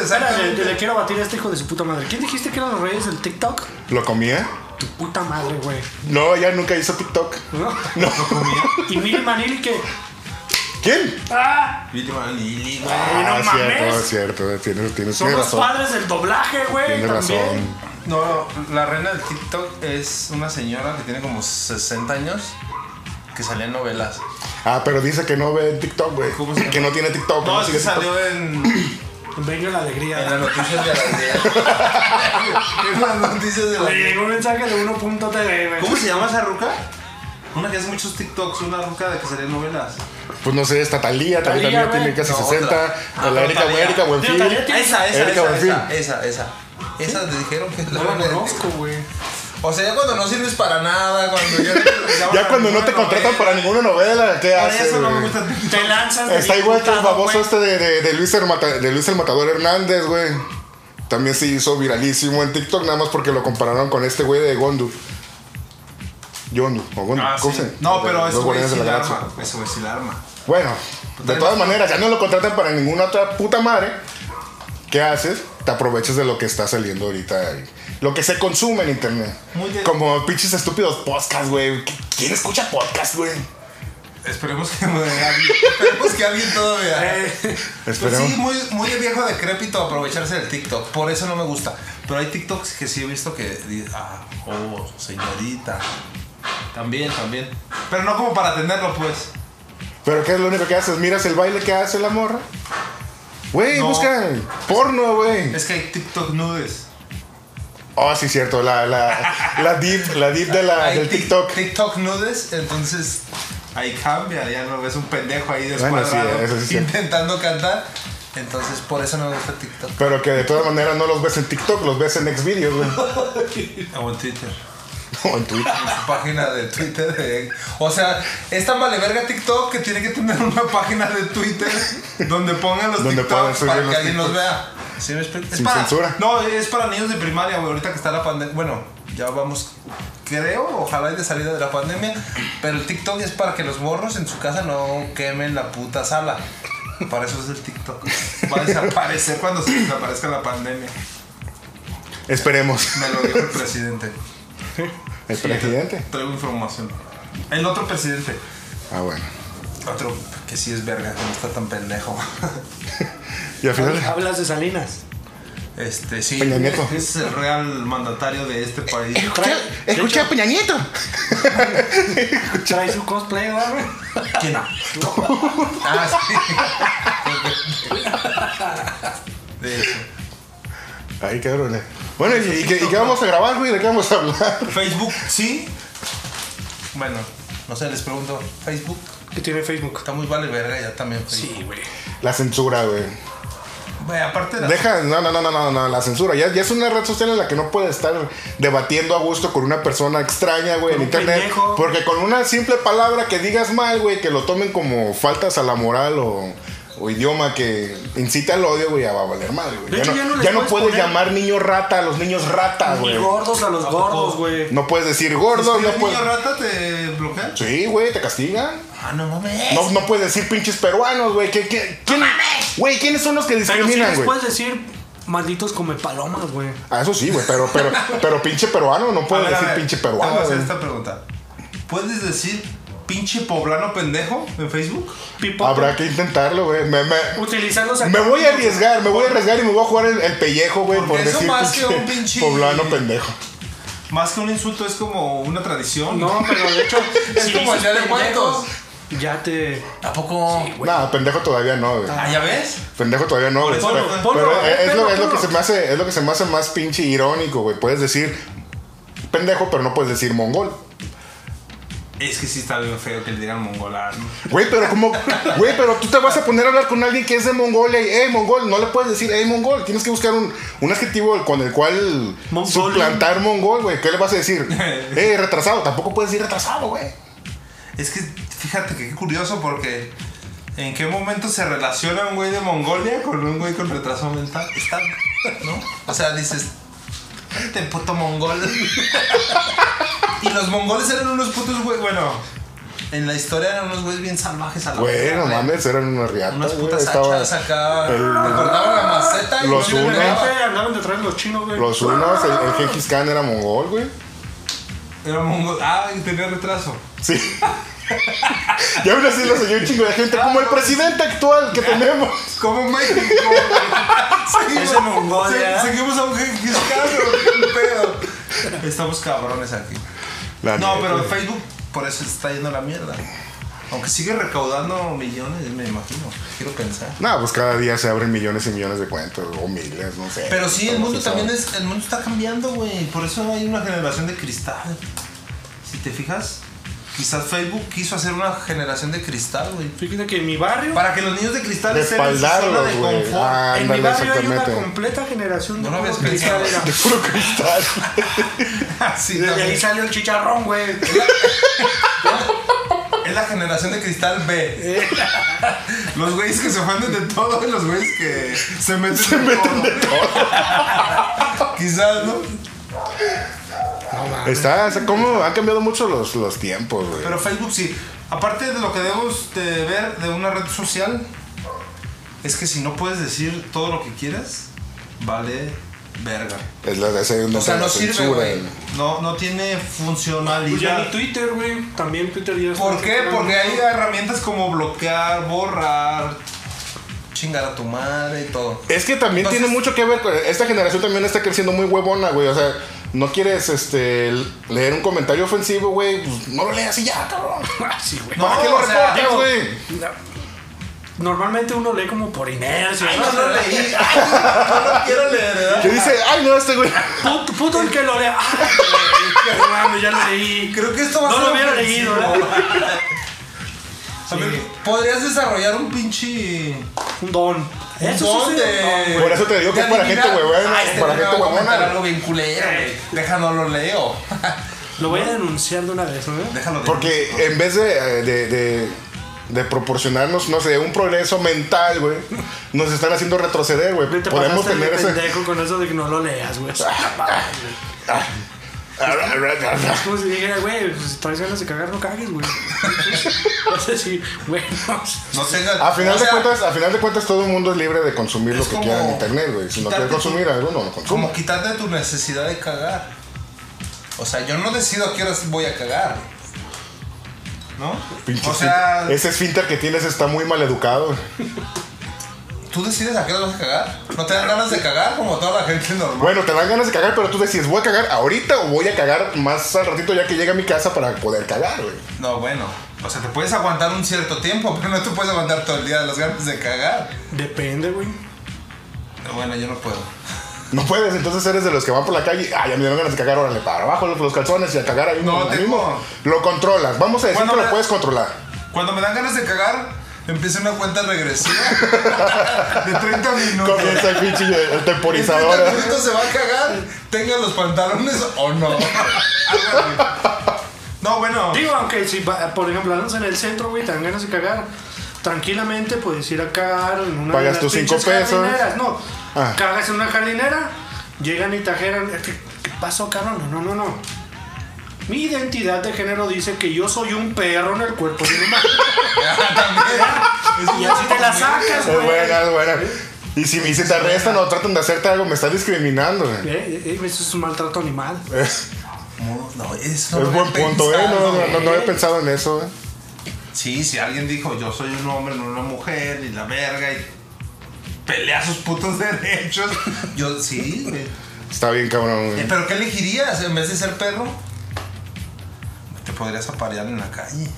[SPEAKER 2] Espérate,
[SPEAKER 3] exactamente.
[SPEAKER 2] le, le quiero batir a este hijo de su puta madre. ¿Quién dijiste que eran los reyes del TikTok?
[SPEAKER 1] ¿Lo comía?
[SPEAKER 2] Tu puta madre, güey.
[SPEAKER 1] No, ella nunca hizo TikTok.
[SPEAKER 2] ¿No?
[SPEAKER 1] No.
[SPEAKER 2] Y Mil Manili que.
[SPEAKER 1] ¿Quién? Ah,
[SPEAKER 2] ¡Ah!
[SPEAKER 3] Víctima de Lili, güey.
[SPEAKER 2] no
[SPEAKER 1] es cierto,
[SPEAKER 2] mames.
[SPEAKER 1] es cierto. eh, Tienes, tienes,
[SPEAKER 2] Son
[SPEAKER 1] tienes
[SPEAKER 2] los
[SPEAKER 1] razón.
[SPEAKER 2] padres del doblaje, güey.
[SPEAKER 1] Tienes
[SPEAKER 2] También.
[SPEAKER 1] razón.
[SPEAKER 3] No, la reina del TikTok es una señora que tiene como 60 años que salía en novelas.
[SPEAKER 1] Ah, pero dice que no ve TikTok, güey.
[SPEAKER 3] ¿Cómo se llama?
[SPEAKER 1] Que no tiene TikTok.
[SPEAKER 3] No, es
[SPEAKER 1] sigue
[SPEAKER 3] que
[SPEAKER 1] TikTok.
[SPEAKER 3] salió en,
[SPEAKER 2] Venga la alegría.
[SPEAKER 3] en las noticias de la en las noticias de
[SPEAKER 2] Le
[SPEAKER 3] la
[SPEAKER 2] llegó un mensaje de 1.tv, güey.
[SPEAKER 3] ¿Cómo se llama esa ruca? Una que hace muchos TikToks, una ruca de que salía en novelas.
[SPEAKER 1] Pues no sé, está Talía. Talía
[SPEAKER 2] Talía,
[SPEAKER 1] también tiene
[SPEAKER 2] güey.
[SPEAKER 1] casi
[SPEAKER 3] No,
[SPEAKER 1] 60.
[SPEAKER 3] otra. Ah,
[SPEAKER 1] la
[SPEAKER 3] pero
[SPEAKER 1] Erika,
[SPEAKER 3] Talía.
[SPEAKER 1] Erika
[SPEAKER 2] Digo,
[SPEAKER 1] Buenfil.
[SPEAKER 2] Talía tiene-
[SPEAKER 3] Esa, esa,
[SPEAKER 1] Erika
[SPEAKER 3] esa,
[SPEAKER 1] Buenfil.
[SPEAKER 3] esa, esa, esa. Esa te dijeron que es la
[SPEAKER 2] No la
[SPEAKER 3] reina del
[SPEAKER 2] conozco, güey.
[SPEAKER 3] TikTok. O sea, ya cuando no sirves para nada, cuando ya, eh,
[SPEAKER 1] Ya cuando no te contratan para ninguna novela, ¿qué
[SPEAKER 3] Por
[SPEAKER 1] haces?
[SPEAKER 3] eso no me
[SPEAKER 1] güey?
[SPEAKER 3] gusta TikTok.
[SPEAKER 2] Te lanzas. de
[SPEAKER 1] Está igual que el
[SPEAKER 2] diputado,
[SPEAKER 1] baboso
[SPEAKER 2] güey.
[SPEAKER 1] este de, de- de Luis el Mata- de Luis el Matador Hernández, güey. También se hizo viralísimo en TikTok, nada más porque lo compararon con este güey de Gondu. Yondu, o Gondu,
[SPEAKER 3] Ah,
[SPEAKER 1] ¿cómo
[SPEAKER 3] sí.
[SPEAKER 1] se-
[SPEAKER 3] No, pero
[SPEAKER 1] Los
[SPEAKER 3] eso güey
[SPEAKER 1] Guardianes
[SPEAKER 3] sí
[SPEAKER 1] de la
[SPEAKER 3] la
[SPEAKER 1] Galaxia.
[SPEAKER 3] arma. Eso güey sí la arma.
[SPEAKER 1] Bueno, de todas maneras, ya no lo contratan para ninguna otra puta madre. ¿Qué haces? Te aprovechas de lo que está saliendo ahorita. eh, Lo que se consume en internet.
[SPEAKER 3] Muy bien.
[SPEAKER 1] Como pinches estúpidos podcasts, güey. ¿Quién escucha podcast, güey?
[SPEAKER 3] Esperemos que, alguien, esperemos que alguien todavía.
[SPEAKER 2] Eh,
[SPEAKER 3] Pues
[SPEAKER 1] Esperemos.
[SPEAKER 3] sí, muy, muy de viejo decrépito aprovecharse del TikTok. Por eso no me gusta. Pero hay TikToks que sí he visto que. di- Ah, oh, señorita. También, también. Pero no como para atenderlo, pues.
[SPEAKER 1] Pero ¿qué es lo único que haces? ¿Miras el baile que hace la morra? Güey,
[SPEAKER 3] No.
[SPEAKER 1] busca porno, güey.
[SPEAKER 3] Es que hay TikTok nudes.
[SPEAKER 1] Oh, sí, cierto. La, la, la deep, la deep de la,
[SPEAKER 3] Hay
[SPEAKER 1] del
[SPEAKER 3] tic-
[SPEAKER 1] TikTok.
[SPEAKER 3] TikTok nudes, entonces. Ahí cambia, ya no ves un pendejo ahí
[SPEAKER 1] Bueno, sí,
[SPEAKER 3] descuadrado
[SPEAKER 1] eso sí es cierto.
[SPEAKER 3] intentando cantar. Entonces, por eso no me gusta TikTok.
[SPEAKER 1] Pero que de todas maneras no los ves en TikTok, los ves en Xvideos, güey.
[SPEAKER 3] O en Twitter.
[SPEAKER 1] O en Twitter.
[SPEAKER 3] su página de Twitter. de- o sea, es tan vale verga TikTok que tiene que tener una página de Twitter donde pongan los
[SPEAKER 1] Donde puedan
[SPEAKER 3] TikToks
[SPEAKER 1] subir
[SPEAKER 3] para
[SPEAKER 1] los
[SPEAKER 3] que alguien los
[SPEAKER 1] TikToks.
[SPEAKER 3] vea. ¿Sí me explico? Es
[SPEAKER 1] Sin
[SPEAKER 3] para-
[SPEAKER 1] censura.
[SPEAKER 3] No, es para niños de primaria, güey. Ahorita que está la pandemia. Bueno, ya vamos, creo, ojalá y de salida de la pandemia. Pero el TikTok es para que los morros en su casa no quemen la puta sala. Para eso es el TikTok. Va a desaparecer cuando se desaparezca la pandemia.
[SPEAKER 1] Esperemos.
[SPEAKER 3] Me lo dijo el presidente.
[SPEAKER 1] El presidente.
[SPEAKER 3] Traigo información. El otro presidente.
[SPEAKER 1] Ah, bueno.
[SPEAKER 3] Otro que sí es verga, que no está tan pendejo.
[SPEAKER 1] Y al final.
[SPEAKER 2] Hablas de Salinas.
[SPEAKER 3] Este, sí.
[SPEAKER 1] Peña Nieto.
[SPEAKER 3] Es el real mandatario de este país.
[SPEAKER 1] Escucha a Peña Nieto.
[SPEAKER 2] Trae su cosplay, güey.
[SPEAKER 3] ¿Quién? ah, sí. De hecho.
[SPEAKER 1] Ay, cabrón. eh. Bueno, ¿y, y qué, y qué vamos a grabar, güey? ¿De qué vamos a hablar?
[SPEAKER 3] Facebook, sí. Bueno, no sé, les pregunto. Facebook
[SPEAKER 2] Que tiene Facebook.
[SPEAKER 3] está muy vale verga ya también. Facebook.
[SPEAKER 2] Sí, güey.
[SPEAKER 1] La censura, güey.
[SPEAKER 3] Güey, aparte de la-
[SPEAKER 1] Deja, no, no, no, no, no, no, la censura. Ya, ya es una red social en la que no puedes estar debatiendo a gusto con una persona extraña, güey, en
[SPEAKER 2] Con un
[SPEAKER 1] internet.
[SPEAKER 2] pendejo.
[SPEAKER 1] Porque con una simple palabra que digas mal, güey, que lo tomen como faltas a la moral o, o idioma que incita al odio, güey, ya va a valer mal, güey.
[SPEAKER 2] De
[SPEAKER 1] Ya
[SPEAKER 2] hecho,
[SPEAKER 1] no,
[SPEAKER 2] ya no les
[SPEAKER 1] ya no
[SPEAKER 2] puedes
[SPEAKER 1] puedes
[SPEAKER 2] poner-
[SPEAKER 1] llamar niño rata a los niños rata, güey.
[SPEAKER 2] Y gordos a los
[SPEAKER 3] ¿A poco?
[SPEAKER 2] gordos, güey.
[SPEAKER 1] No puedes decir gordo,
[SPEAKER 3] Si
[SPEAKER 2] Este
[SPEAKER 1] no
[SPEAKER 3] el
[SPEAKER 1] puedes.
[SPEAKER 3] este niño rata te bloquea?
[SPEAKER 1] Sí, güey, te castigan.
[SPEAKER 3] Ah, no mames.
[SPEAKER 1] No, no puedes decir pinches peruanos, güey. ¿Qué, qué, quién- güey, ¿quiénes son los que
[SPEAKER 2] Pero sí
[SPEAKER 1] discriminan,
[SPEAKER 2] les
[SPEAKER 1] güey?
[SPEAKER 2] puedes decir malditos come palomas, güey.
[SPEAKER 1] Ah, eso sí, güey, pero, pero, pero pinche peruano no
[SPEAKER 3] A
[SPEAKER 1] puedes
[SPEAKER 3] ver, a
[SPEAKER 1] decir
[SPEAKER 3] ver,
[SPEAKER 1] pinche
[SPEAKER 3] Te voy a
[SPEAKER 1] peruano,
[SPEAKER 3] hacer
[SPEAKER 1] güey.
[SPEAKER 3] esta pregunta. ¿Puedes decir pinche poblano pendejo en Facebook?
[SPEAKER 2] Pipo.
[SPEAKER 1] Habrá que intentarlo, güey. Me, me,
[SPEAKER 2] Utilizarlos
[SPEAKER 1] me voy a arriesgar, me voy a arriesgar y me voy a jugar el, el pellejo, güey,
[SPEAKER 3] Porque
[SPEAKER 1] por
[SPEAKER 3] eso
[SPEAKER 1] decir
[SPEAKER 3] más que
[SPEAKER 1] pinche
[SPEAKER 3] un pinche-
[SPEAKER 1] poblano pendejo.
[SPEAKER 3] Más que un insulto es como una tradición.
[SPEAKER 2] No, pero de hecho.
[SPEAKER 3] Es como el
[SPEAKER 2] dices
[SPEAKER 3] Día de
[SPEAKER 2] pendejo,
[SPEAKER 3] Muertos.
[SPEAKER 2] Ya te.
[SPEAKER 3] ¿A poco?
[SPEAKER 1] Nah, pendejo todavía no, güey.
[SPEAKER 3] Ah, ¿ya ves?
[SPEAKER 1] Pendejo todavía no, güey.
[SPEAKER 3] eso,
[SPEAKER 1] Pero,
[SPEAKER 3] güey.
[SPEAKER 2] Ponlo,
[SPEAKER 1] pero es, es lo,
[SPEAKER 2] ponlo,
[SPEAKER 1] es lo que
[SPEAKER 2] ponlo.
[SPEAKER 1] se me hace, es lo que se me hace más pinche irónico, güey. Puedes decir pendejo, pero no puedes decir mongol.
[SPEAKER 3] Es que sí está bien feo que le digan mongolano.
[SPEAKER 1] Güey, pero como, güey, pero tú te vas a poner a hablar con alguien que es de Mongolia y, hey, mongol, no le puedes decir, hey, mongol. Tienes que buscar un, un adjetivo con el cual
[SPEAKER 2] Mongolian.
[SPEAKER 1] suplantar mongol, güey. ¿Qué le vas a decir? hey, retrasado. Tampoco puedes decir retrasado, güey.
[SPEAKER 3] Es que fíjate que qué curioso porque en qué momento se relaciona un güey de Mongolia con un güey con retraso mental. Está, ¿no? O sea, dices, este puto mongol. y los mongoles eran unos putos güey, bueno, en la historia eran unos güeyes bien salvajes a la
[SPEAKER 1] Güey,
[SPEAKER 3] verga,
[SPEAKER 1] no mames, eran unos riatas.
[SPEAKER 3] Unas
[SPEAKER 1] güey.
[SPEAKER 3] putas
[SPEAKER 1] Estaba-
[SPEAKER 3] hachas acá.
[SPEAKER 1] el-
[SPEAKER 3] Recordaban la maceta y
[SPEAKER 1] los
[SPEAKER 3] no le
[SPEAKER 1] unos.
[SPEAKER 3] pegaban.
[SPEAKER 2] Siempre hablaron de traer los chinos, güey.
[SPEAKER 1] Los unos, el, el Gengis Khan era mongol, güey.
[SPEAKER 3] Era mongol. Ah, y tenía retraso.
[SPEAKER 1] Sí. y aún así lo soñó un chingo de gente, como el presidente actual que tenemos.
[SPEAKER 3] Como México. güey.
[SPEAKER 2] Ese Mongolia.
[SPEAKER 3] se- seguimos a un Genghis Khan, güey, qué pedo. Estamos cabrones aquí.
[SPEAKER 1] La
[SPEAKER 3] No,
[SPEAKER 1] neta,
[SPEAKER 3] pero
[SPEAKER 1] güey.
[SPEAKER 3] Facebook por eso está yendo a la mierda. Aunque sigue recaudando millones, me imagino. Quiero pensar.
[SPEAKER 1] No, pues cada día se abren millones y millones de cuentas, o miles, no sé.
[SPEAKER 3] Pero sí, el
[SPEAKER 1] No
[SPEAKER 3] mundo
[SPEAKER 1] se sabe.
[SPEAKER 3] también es. El mundo está cambiando, güey. Por eso hay una generación de cristal. Si te fijas, quizás Facebook quiso hacer una generación de cristal, güey.
[SPEAKER 2] Fíjate que en mi barrio.
[SPEAKER 3] Para que los niños de Ah. cristal estén en su zona
[SPEAKER 1] Respaldarlos,
[SPEAKER 3] de
[SPEAKER 1] güey.
[SPEAKER 3] confort.
[SPEAKER 2] En mi
[SPEAKER 1] Ándale,
[SPEAKER 2] barrio hay una
[SPEAKER 1] exactamente.
[SPEAKER 2] completa generación de
[SPEAKER 3] No lo habías
[SPEAKER 2] puros
[SPEAKER 3] pensado.
[SPEAKER 2] cristaleras.
[SPEAKER 1] De puro cristal.
[SPEAKER 3] Ah, Sí,
[SPEAKER 2] Y desde
[SPEAKER 3] también.
[SPEAKER 2] ahí salió el chicharrón, güey.
[SPEAKER 3] Es la generación de cristal B. Los güeyes que se ofenden de todo y los güeyes que se meten, de, todo. Quizás, ¿no?
[SPEAKER 1] Está, está como han cambiado mucho los, los tiempos, güey.
[SPEAKER 3] Pero Facebook sí. Aparte de lo que debemos de ver de una red social, es que si no puedes decir todo lo que quieras, vale verga.
[SPEAKER 1] Es la de esa
[SPEAKER 3] O sea, no
[SPEAKER 1] censura.
[SPEAKER 3] sirve, güey. No, no tiene funcionalidad.
[SPEAKER 2] Pues ya ni Twitter, güey. También Twitter ya está
[SPEAKER 3] ¿Por qué?
[SPEAKER 2] censurado.
[SPEAKER 3] Porque hay herramientas como bloquear, borrar, chingar a tu madre y todo.
[SPEAKER 1] Es que también
[SPEAKER 3] Entonces-
[SPEAKER 1] tiene mucho que ver con. Esta generación también está creciendo muy huevona, güey. O sea, no quieres este leer un comentario ofensivo, güey. Pues no lo leas y ya, cabrón.
[SPEAKER 2] Ah, sí, güey.
[SPEAKER 1] ¿Para qué lo
[SPEAKER 3] o sea,
[SPEAKER 1] reportas, güey?
[SPEAKER 2] Normalmente uno lee como por inercia.
[SPEAKER 3] Ay,
[SPEAKER 2] ¿no?
[SPEAKER 3] no lo leí. Ay, no lo quiero leer, ¿verdad?
[SPEAKER 1] Que dice, ay, no, este güey.
[SPEAKER 2] Puto, puto el que lo lea. Ay, güey, qué raro, ya lo leí.
[SPEAKER 3] Creo que esto va a
[SPEAKER 2] No
[SPEAKER 3] ser.
[SPEAKER 2] lo hubiera
[SPEAKER 3] ofensivo.
[SPEAKER 2] leído, ¿eh?
[SPEAKER 3] A ver, podrías desarrollar un pinche.
[SPEAKER 2] Un don. Eso sí
[SPEAKER 3] don
[SPEAKER 2] sería un don, güey.
[SPEAKER 1] Por eso te digo que
[SPEAKER 3] de
[SPEAKER 1] es para gente
[SPEAKER 3] adivinar.
[SPEAKER 1] huevona,
[SPEAKER 3] Ay, este
[SPEAKER 1] para
[SPEAKER 3] güey me
[SPEAKER 1] gente
[SPEAKER 3] va a comentar
[SPEAKER 1] huevona.
[SPEAKER 3] algo bien culero, güey. Deja, no lo leo.
[SPEAKER 2] Lo voy a denunciar de una vez, ¿no?
[SPEAKER 3] Déjalo de
[SPEAKER 1] Porque en vez de, eh, de, de- de proporcionarnos, no sé, un progreso mental, güey, nos están haciendo retroceder, güey.
[SPEAKER 2] Güey, Te
[SPEAKER 1] Podemos
[SPEAKER 2] pasaste
[SPEAKER 1] tener
[SPEAKER 2] de
[SPEAKER 1] ese.
[SPEAKER 2] pendejo con eso de que no lo leas, güey. Como si dijera, güey, pues, si traes ganas de cagar, no cagues, güey. No sé si, güey, no sé.
[SPEAKER 3] No tengas.
[SPEAKER 1] A final,
[SPEAKER 3] o
[SPEAKER 1] de
[SPEAKER 3] sea,
[SPEAKER 1] cuentas, a final de cuentas, todo el mundo es libre de consumir
[SPEAKER 3] Es
[SPEAKER 1] lo que
[SPEAKER 3] como
[SPEAKER 1] quiera en internet, güey. Si no
[SPEAKER 3] quitarte
[SPEAKER 1] quieres consumir
[SPEAKER 3] tu-
[SPEAKER 1] algo, no lo consumo.
[SPEAKER 3] Como quitarte tu necesidad de cagar. O sea, yo no decido a qué horas voy a cagar. ¿No?
[SPEAKER 1] Pinche
[SPEAKER 3] o sea,
[SPEAKER 1] esfínter. ese esfínter que tienes está muy mal educado.
[SPEAKER 3] tú decides a qué horas vas a cagar. No te dan ganas de cagar como toda la gente normal.
[SPEAKER 1] Bueno, te dan ganas de cagar, pero tú decides, ¿voy a cagar ahorita o voy a cagar más al ratito ya que llegue a mi casa para poder cagar, güey?
[SPEAKER 3] No, bueno. O sea, te puedes aguantar un cierto tiempo, pero no te puedes aguantar todo el día las ganas de cagar.
[SPEAKER 2] Depende, güey.
[SPEAKER 3] No, Bueno, yo no puedo.
[SPEAKER 1] No puedes, entonces eres de los que van por la calle, ah, ya me dieron ganas de cagar, órale, para abajo los, los calzones y a cagar ahí
[SPEAKER 3] No,
[SPEAKER 1] mismo, ahí
[SPEAKER 3] tengo-
[SPEAKER 1] mismo. Lo controlas, vamos a decir
[SPEAKER 3] Bueno,
[SPEAKER 1] que lo
[SPEAKER 3] me-
[SPEAKER 1] puedes controlar.
[SPEAKER 3] Cuando me dan ganas de cagar, empieza una cuenta regresiva de 30 minutos.
[SPEAKER 1] Comienza el pinche eh, el
[SPEAKER 3] En 30
[SPEAKER 1] temporizador.
[SPEAKER 3] minutos se va a cagar, tenga los pantalones o no. No, bueno.
[SPEAKER 2] Digo, aunque si, va- por ejemplo, andas en el centro, güey, te dan ganas de cagar. Tranquilamente puedes ir a cagar en una
[SPEAKER 1] Pagas
[SPEAKER 2] de las
[SPEAKER 1] tus cinco
[SPEAKER 2] pinches
[SPEAKER 1] pesos.
[SPEAKER 2] jardineras. No,
[SPEAKER 1] Ah.
[SPEAKER 2] cagas en una jardinera, llegan y tajeran. "Eh, ¿Qué, qué pasó, cabrón? No, no, no. Mi identidad de género dice que yo soy un perro en el cuerpo de un humano.
[SPEAKER 3] También.
[SPEAKER 2] Y así te la sacas,
[SPEAKER 1] Es
[SPEAKER 2] güey.
[SPEAKER 1] buena, es buena. Y si, y si te arrestan o tratan de hacerte algo, me estás discriminando, güey.
[SPEAKER 2] Eh, eh, eso es un maltrato animal.
[SPEAKER 1] Es,
[SPEAKER 3] No, no, es,
[SPEAKER 1] es buen punto, ¿eh? No, no, no, no había pensado en eso, güey.
[SPEAKER 3] Sí, si alguien dijo yo soy un hombre, no una mujer, y la verga, y pelea sus putos derechos. Yo sí, güey.
[SPEAKER 1] Está bien, cabrón,
[SPEAKER 3] Eh,
[SPEAKER 1] güey.
[SPEAKER 3] ¿Pero qué elegirías en vez de ser perro? Te podrías aparear en la calle.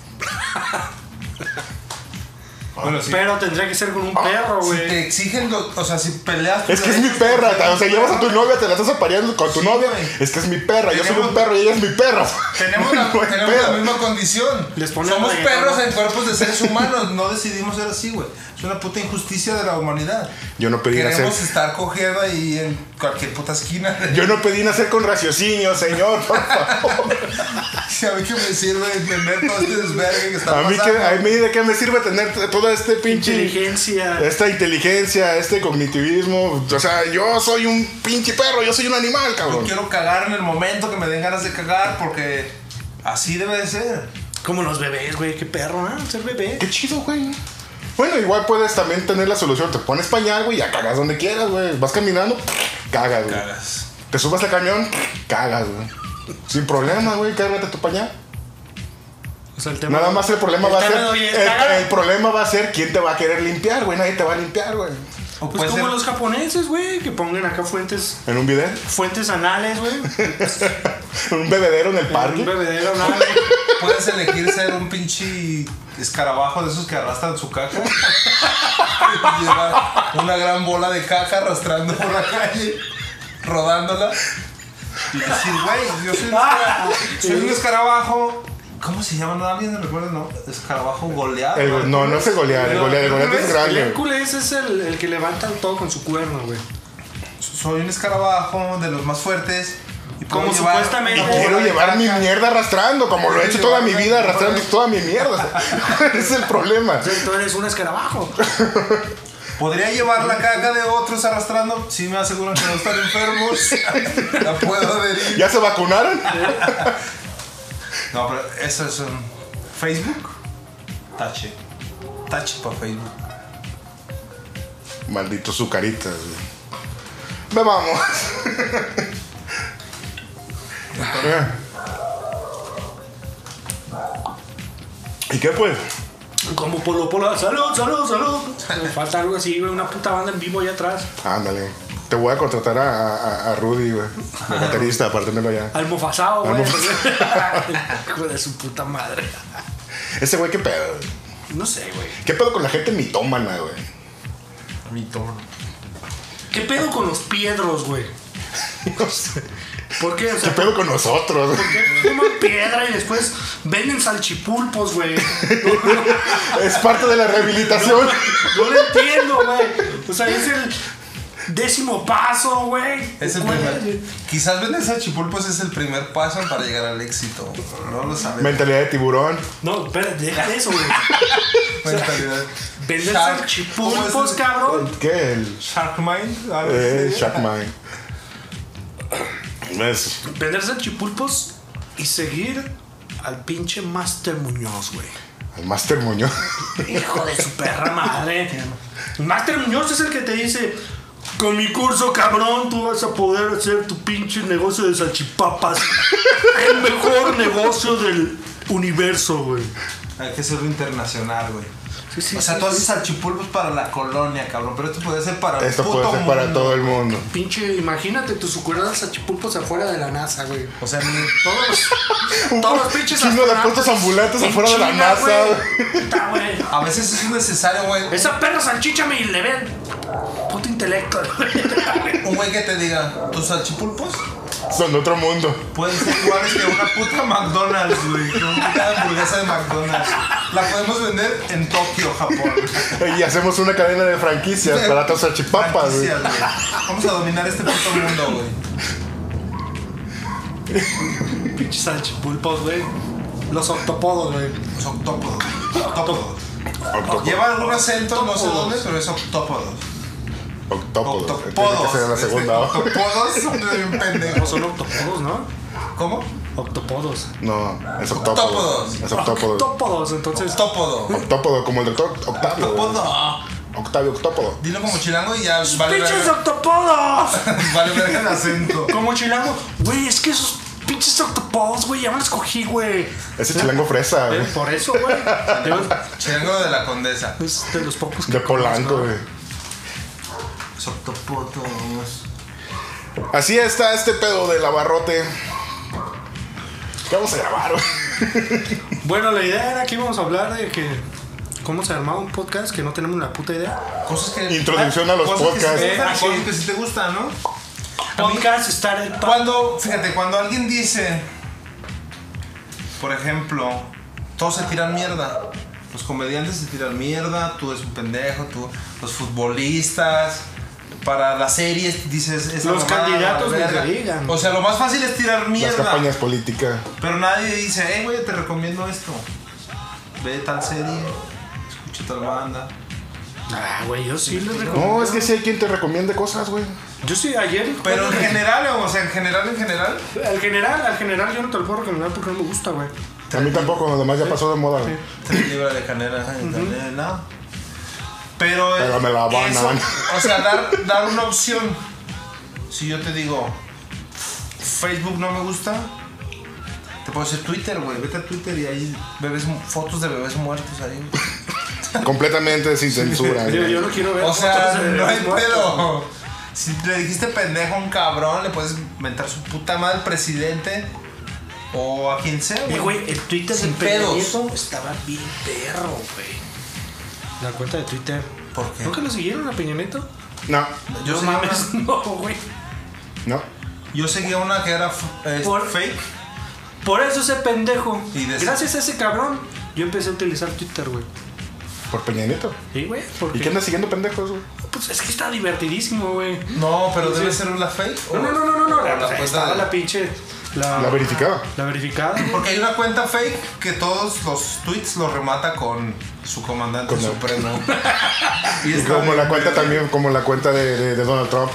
[SPEAKER 3] bueno, sí.
[SPEAKER 2] Pero tendría que ser con un
[SPEAKER 1] Ah,
[SPEAKER 2] perro,
[SPEAKER 3] Si
[SPEAKER 2] güey.
[SPEAKER 3] te exigen, lo- o sea, si peleas. tus
[SPEAKER 1] Es que es mi
[SPEAKER 3] derechos,
[SPEAKER 1] perra,
[SPEAKER 3] te-
[SPEAKER 1] o sea, llevas a tu novia, te la estás apareando con tu
[SPEAKER 3] Sí,
[SPEAKER 1] novia.
[SPEAKER 3] güey.
[SPEAKER 1] Es que es mi perra, yo soy
[SPEAKER 3] Tenemos-
[SPEAKER 1] un perro y ella es mi perra.
[SPEAKER 3] Tenemos, la,
[SPEAKER 1] Buen
[SPEAKER 3] tenemos
[SPEAKER 1] pedo.
[SPEAKER 3] la misma condición.
[SPEAKER 2] Les ponen
[SPEAKER 3] Somos
[SPEAKER 2] reggaetón,
[SPEAKER 3] perros
[SPEAKER 2] ¿no?
[SPEAKER 3] en cuerpos de seres humanos. No decidimos ser así, güey. Es una puta injusticia de la humanidad.
[SPEAKER 1] Yo no pedí
[SPEAKER 3] Queremos
[SPEAKER 1] nacer.
[SPEAKER 3] estar cogiendo ahí en cualquier puta esquina.
[SPEAKER 1] Yo no pedí nacer con raciocinio, señor, por favor.
[SPEAKER 3] Si a mí que me sirve entender todo este desvergue que está
[SPEAKER 1] A mí, que,
[SPEAKER 3] pasando.
[SPEAKER 1] a mí de qué me sirve tener t- toda este pinche.
[SPEAKER 2] Inteligencia.
[SPEAKER 1] Esta inteligencia, este cognitivismo. O sea, yo soy un pinche perro, yo soy un animal,
[SPEAKER 3] Yo
[SPEAKER 1] cabrón.
[SPEAKER 3] quiero cagar en el momento que me den ganas de cagar porque así debe de ser.
[SPEAKER 2] Como los bebés, güey. Qué perro, ¿ah? Ser bebé.
[SPEAKER 1] Qué chido, güey. Bueno, igual puedes también tener la solución. Te pones pañal, güey, y ya cagas donde quieras, güey. Vas caminando, cagas, güey.
[SPEAKER 3] Cagas.
[SPEAKER 1] Te subas al camión, cagas, güey. Sin problema, güey, cárgate tu pañal.
[SPEAKER 2] O sea, el tema.
[SPEAKER 1] Nada más el problema
[SPEAKER 2] El
[SPEAKER 1] va a
[SPEAKER 2] tema
[SPEAKER 1] ser.
[SPEAKER 2] de hoy es
[SPEAKER 1] El,
[SPEAKER 2] cagar.
[SPEAKER 1] el problema va a ser quién te va a querer limpiar, güey. Nadie te va a limpiar, güey.
[SPEAKER 3] O
[SPEAKER 2] Pues
[SPEAKER 3] puede
[SPEAKER 2] como
[SPEAKER 3] ser-
[SPEAKER 2] los japoneses, güey, que pongan acá fuentes,
[SPEAKER 1] En un video.
[SPEAKER 2] fuentes anales, güey.
[SPEAKER 1] un bebedero en el
[SPEAKER 2] Un
[SPEAKER 1] parque.
[SPEAKER 2] bebedero anal. güey.
[SPEAKER 3] Puedes elegir ser un pinche escarabajo de esos que arrastran su caca. Y llevar una gran bola de caca arrastrando por la calle, rodándola. Y decir, güey, yo soy un, escara- soy un escarabajo. ¿Cómo se llama? Nada bien recuerdo, ¿no? Escarabajo goleado.
[SPEAKER 1] El go- no, no es golear. El
[SPEAKER 3] No,
[SPEAKER 1] golear, el golear es
[SPEAKER 2] El
[SPEAKER 1] grande. güey.
[SPEAKER 2] Hércules es el, el que levanta todo con su cuerno, güey.
[SPEAKER 3] Soy un escarabajo de los más fuertes. Y puedo
[SPEAKER 2] Como
[SPEAKER 3] llevar
[SPEAKER 2] supuestamente-
[SPEAKER 1] Y
[SPEAKER 3] una
[SPEAKER 2] No,
[SPEAKER 1] quiero
[SPEAKER 3] bola de
[SPEAKER 1] llevar mi
[SPEAKER 3] caca.
[SPEAKER 1] mierda arrastrando, como lo he
[SPEAKER 3] Quiero
[SPEAKER 1] hecho toda mi
[SPEAKER 3] llevar
[SPEAKER 1] vida,
[SPEAKER 3] mi-
[SPEAKER 1] arrastrando toda mi mierda. o sea, es el problema.
[SPEAKER 2] Entonces tú eres un escarabajo.
[SPEAKER 3] Podría llevar la caca de otros arrastrando. Si me aseguran que no están enfermos, la puedo adherir.
[SPEAKER 1] ¿Ya se vacunaron?
[SPEAKER 3] No, pero eso es un. ¿Facebook? Tache. Tache para Facebook.
[SPEAKER 1] Malditos sucaritas, güey. Me vamos. ¿Y qué pues?
[SPEAKER 2] Como polo polo. Salud, salud, salud. Me falta algo así, güey. Una puta banda en vivo allá atrás.
[SPEAKER 1] Ándale. Te voy a contratar a, a- a Rudy, güey. El baterista, para tenerlo allá.
[SPEAKER 2] Almofazado, güey.
[SPEAKER 1] Almofazado.
[SPEAKER 2] Hijo de su puta madre.
[SPEAKER 1] Ese güey, ¿qué pedo? güey?
[SPEAKER 2] No sé, güey.
[SPEAKER 1] ¿Qué pedo con la gente mitómana, güey?
[SPEAKER 3] Mi tono.
[SPEAKER 2] ¿Qué pedo con los piedros, güey?
[SPEAKER 1] No sé.
[SPEAKER 2] ¿Por qué? O
[SPEAKER 1] ¿Qué
[SPEAKER 2] sea,
[SPEAKER 1] pedo con nosotros? güey?
[SPEAKER 2] Toman piedra y después venden salchipulpos, güey.
[SPEAKER 1] Es parte de la rehabilitación.
[SPEAKER 2] No lo entiendo, güey. O sea, es el. décimo paso, güey.
[SPEAKER 3] Es el
[SPEAKER 2] Güey,
[SPEAKER 3] primer. Quizás vender salchipulpos es el primer paso para llegar al éxito. No lo sabemos.
[SPEAKER 1] Mentalidad de tiburón.
[SPEAKER 2] No, espérate, deja de eso, güey.
[SPEAKER 3] Mentalidad.
[SPEAKER 2] Vender
[SPEAKER 3] Shark. ¿Cómo es
[SPEAKER 2] salchipulpos,
[SPEAKER 3] el-
[SPEAKER 2] cabrón.
[SPEAKER 1] ¿Qué? El
[SPEAKER 3] Shark Mind. algo
[SPEAKER 1] eh,
[SPEAKER 3] así.
[SPEAKER 1] Shackman. ¿Ves?
[SPEAKER 2] Vender salchipulpos y seguir al pinche Master Muñoz, güey.
[SPEAKER 1] El Master Muñoz.
[SPEAKER 2] Hijo de su perra madre. Master Muñoz es el que te dice: Con mi curso, cabrón, tú vas a poder hacer tu pinche negocio de salchipapas. El mejor negocio del universo, güey.
[SPEAKER 3] Hay que hacerlo internacional, güey.
[SPEAKER 2] Sí, sí,
[SPEAKER 3] O sea,
[SPEAKER 2] sí,
[SPEAKER 3] tú
[SPEAKER 2] sí.
[SPEAKER 3] haces salchipulpos para la colonia, cabrón. Pero esto puede ser para el
[SPEAKER 1] Esto puede
[SPEAKER 3] puto
[SPEAKER 1] ser para
[SPEAKER 3] mundo.
[SPEAKER 1] todo el mundo.
[SPEAKER 2] Pinche, imagínate tus suculentas salchipulpos afuera de la NASA, güey.
[SPEAKER 3] O sea, ni-
[SPEAKER 2] Todos los, todos los pinches
[SPEAKER 1] Chingo de
[SPEAKER 2] astronautas
[SPEAKER 1] putos ambulantes
[SPEAKER 2] en
[SPEAKER 1] afuera de la
[SPEAKER 2] China,
[SPEAKER 1] NASA,
[SPEAKER 2] güey. Puta, güey.
[SPEAKER 3] a veces es necesario, güey.
[SPEAKER 2] Esa perra salchicha me le ven. Puto intelecto, güey.
[SPEAKER 3] Un güey que te diga, tus salchipulpos
[SPEAKER 1] Son de otro mundo.
[SPEAKER 3] pueden ser iguales que una puta McDonald's, güey. Que una puta hamburguesa de McDonald's. La podemos vender en Tokio, Japón.
[SPEAKER 1] Y hacemos una cadena de franquicias para todos salchipapas, güey.
[SPEAKER 3] Franquicias, güey. Vamos a dominar este puto mundo, güey.
[SPEAKER 2] Pinches salchipulpos, güey. Los octopodos, güey.
[SPEAKER 3] Los octópodos. Octópodos.
[SPEAKER 1] Octopo-
[SPEAKER 3] Lleva algún acento, no sé
[SPEAKER 2] Octópodos.
[SPEAKER 3] dónde, pero es octópodos.
[SPEAKER 1] Octópodos. Tiene que
[SPEAKER 3] Octópodos.
[SPEAKER 1] ser en la segunda hoja.
[SPEAKER 3] Octópodos son de un pendejo.
[SPEAKER 2] No son octopodos, ¿no?
[SPEAKER 3] ¿Cómo?
[SPEAKER 2] Octopodos.
[SPEAKER 1] No, es octópodo.
[SPEAKER 3] Octópodos.
[SPEAKER 1] Es octópodo.
[SPEAKER 2] Octopodos, entonces.
[SPEAKER 3] Octópodo.
[SPEAKER 1] Octópodo, como el doctor Octavio. güey.
[SPEAKER 3] Octópodo.
[SPEAKER 1] Octavio Octópodo.
[SPEAKER 3] Dilo como chilango y ya vale
[SPEAKER 2] ¡Pinches
[SPEAKER 3] verga.
[SPEAKER 2] octopodos!
[SPEAKER 3] Vale verga el acento.
[SPEAKER 2] Como chilango. Güey, es que esos pinches octopodos, güey, ya me los cogí, güey.
[SPEAKER 1] Ese chilango fresa, güey.
[SPEAKER 2] Eh, Por eso, güey. Yo-
[SPEAKER 3] Chilango de la condesa.
[SPEAKER 2] Es pues, de los pocos que
[SPEAKER 1] De
[SPEAKER 2] conozco.
[SPEAKER 1] Polanco, güey.
[SPEAKER 3] Los octópodos.
[SPEAKER 1] Así está este pedo del abarrote. ¿Qué vamos a grabar, güey?
[SPEAKER 2] Bueno, la idea era que íbamos a hablar de que cómo se armaba un podcast que no tenemos la puta idea.
[SPEAKER 3] Cosas que.
[SPEAKER 1] Introducción a los
[SPEAKER 3] cosas que sí
[SPEAKER 1] podcasts.
[SPEAKER 3] te gustan,
[SPEAKER 2] Eh, sí.
[SPEAKER 3] Cosas que sí te gustan, ¿no?
[SPEAKER 2] Podcast estar el
[SPEAKER 3] Cuando, fíjate, cuando alguien dice, por ejemplo, todos se tiran mierda. Los comediantes se tiran mierda, tú eres un pendejo, tú, los futbolistas, para las series dices esa
[SPEAKER 2] Los
[SPEAKER 3] mamada,
[SPEAKER 2] candidatos
[SPEAKER 3] la verga.
[SPEAKER 2] ni se digan.
[SPEAKER 3] O sea, lo más fácil es tirar
[SPEAKER 1] Las
[SPEAKER 3] mierda.
[SPEAKER 1] campañas políticas.
[SPEAKER 3] Pero nadie dice, hey, güey, te recomiendo esto. Ve tal serie, escucha tal banda.
[SPEAKER 2] Ah, güey, yo sí les recomiendo.
[SPEAKER 1] No, es que sí hay quien te recomiende cosas, güey.
[SPEAKER 2] Yo sí, ayer.
[SPEAKER 3] Pero en
[SPEAKER 2] bueno,
[SPEAKER 3] general, o sea, en general, en general,
[SPEAKER 2] al general, al general yo no te lo puedo recomendar porque no me gusta, güey.
[SPEAKER 1] A mí tampoco, lo demás ya pasó de moda, güey.
[SPEAKER 3] Tres libras de canela, canela. Pero, eh,
[SPEAKER 1] Pero me la van,
[SPEAKER 3] eso,
[SPEAKER 1] van.
[SPEAKER 3] O sea, dar, dar una opción. Si yo te digo, Facebook no me gusta, te puedo decir Twitter, güey. Vete a Twitter y ahí bebés, mu- fotos de bebés muertos ahí.
[SPEAKER 1] Completamente sin censura,
[SPEAKER 2] Yo,
[SPEAKER 1] güey.
[SPEAKER 2] yo no quiero ver.
[SPEAKER 3] O sea,
[SPEAKER 2] fotos de
[SPEAKER 3] no hay
[SPEAKER 2] bebés muertos, güey.
[SPEAKER 3] pedo. Si le dijiste pendejo a un cabrón, le puedes mentar su puta madre al presidente o a quien sea,
[SPEAKER 2] Eh, güey, el Twitter
[SPEAKER 3] Sin
[SPEAKER 2] del Peña
[SPEAKER 3] pedos.
[SPEAKER 2] Nieto estaba bien perro, güey. La cuenta de Twitter.
[SPEAKER 3] ¿Por qué?
[SPEAKER 2] ¿Nunca lo siguieron a Peña Nieto?
[SPEAKER 1] No,
[SPEAKER 3] Yo
[SPEAKER 2] no
[SPEAKER 3] seguía
[SPEAKER 2] mames, no, güey.
[SPEAKER 1] no.
[SPEAKER 3] una- yo seguía una que era f- eh,
[SPEAKER 2] Por-
[SPEAKER 3] fake.
[SPEAKER 2] Por eso ese pendejo.
[SPEAKER 3] Y de-
[SPEAKER 2] Gracias a ese cabrón, yo empecé a utilizar Twitter, güey.
[SPEAKER 1] Por Peña Nieto.
[SPEAKER 2] Sí, güey.
[SPEAKER 1] ¿Y
[SPEAKER 2] Porque,
[SPEAKER 1] qué andas siguiendo pendejos, güey?
[SPEAKER 2] Pues es que está divertidísimo, güey.
[SPEAKER 3] No, pero
[SPEAKER 2] Sí.
[SPEAKER 3] debe ser una fake.
[SPEAKER 2] No,
[SPEAKER 3] o-
[SPEAKER 2] no, no, no, no, no.
[SPEAKER 3] o la
[SPEAKER 2] O sea,
[SPEAKER 3] cuenta
[SPEAKER 2] estaba
[SPEAKER 3] de-
[SPEAKER 2] la pinche. La,
[SPEAKER 1] La verificada.
[SPEAKER 2] La verificada.
[SPEAKER 3] Porque hay una cuenta fake que todos los tweets los remata con su comandante
[SPEAKER 1] Con la-
[SPEAKER 3] supremo.
[SPEAKER 1] Y
[SPEAKER 3] está
[SPEAKER 1] como la
[SPEAKER 3] bien,
[SPEAKER 1] cuenta
[SPEAKER 3] güey.
[SPEAKER 1] también, como la cuenta de, de- de Donald Trump,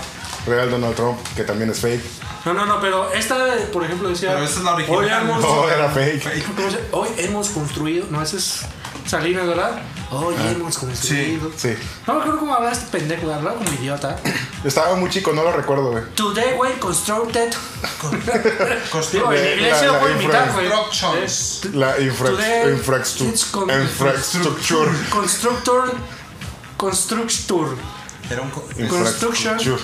[SPEAKER 1] real Donald Trump, que también es fake.
[SPEAKER 2] No, no, no, pero esta, por ejemplo, decía.
[SPEAKER 3] Pero esa es la original.
[SPEAKER 2] Hoy hemos,
[SPEAKER 1] No, era fake.
[SPEAKER 2] ¿cómo se- hoy hemos construido. No, ese es Salinas, ¿verdad? Hoy
[SPEAKER 3] Ah,
[SPEAKER 2] hemos construido.
[SPEAKER 1] Sí.
[SPEAKER 2] No me acuerdo cómo hablaba este pendejo, güey, hablaba como idiota.
[SPEAKER 1] Yo estaba muy chico, no lo recuerdo, güey.
[SPEAKER 2] Today we constructed. Digo,
[SPEAKER 3] Construye.
[SPEAKER 1] La-
[SPEAKER 2] en inglés se
[SPEAKER 1] la
[SPEAKER 2] lo puedo imitar, güey.
[SPEAKER 3] Constructions.
[SPEAKER 2] Eh,
[SPEAKER 1] La infra-
[SPEAKER 2] Today,
[SPEAKER 1] infraestru-
[SPEAKER 2] it's con-
[SPEAKER 1] infraestructure.
[SPEAKER 2] Constructor. Constructor.
[SPEAKER 3] Era un co-
[SPEAKER 2] Construction.
[SPEAKER 1] Infrastructure.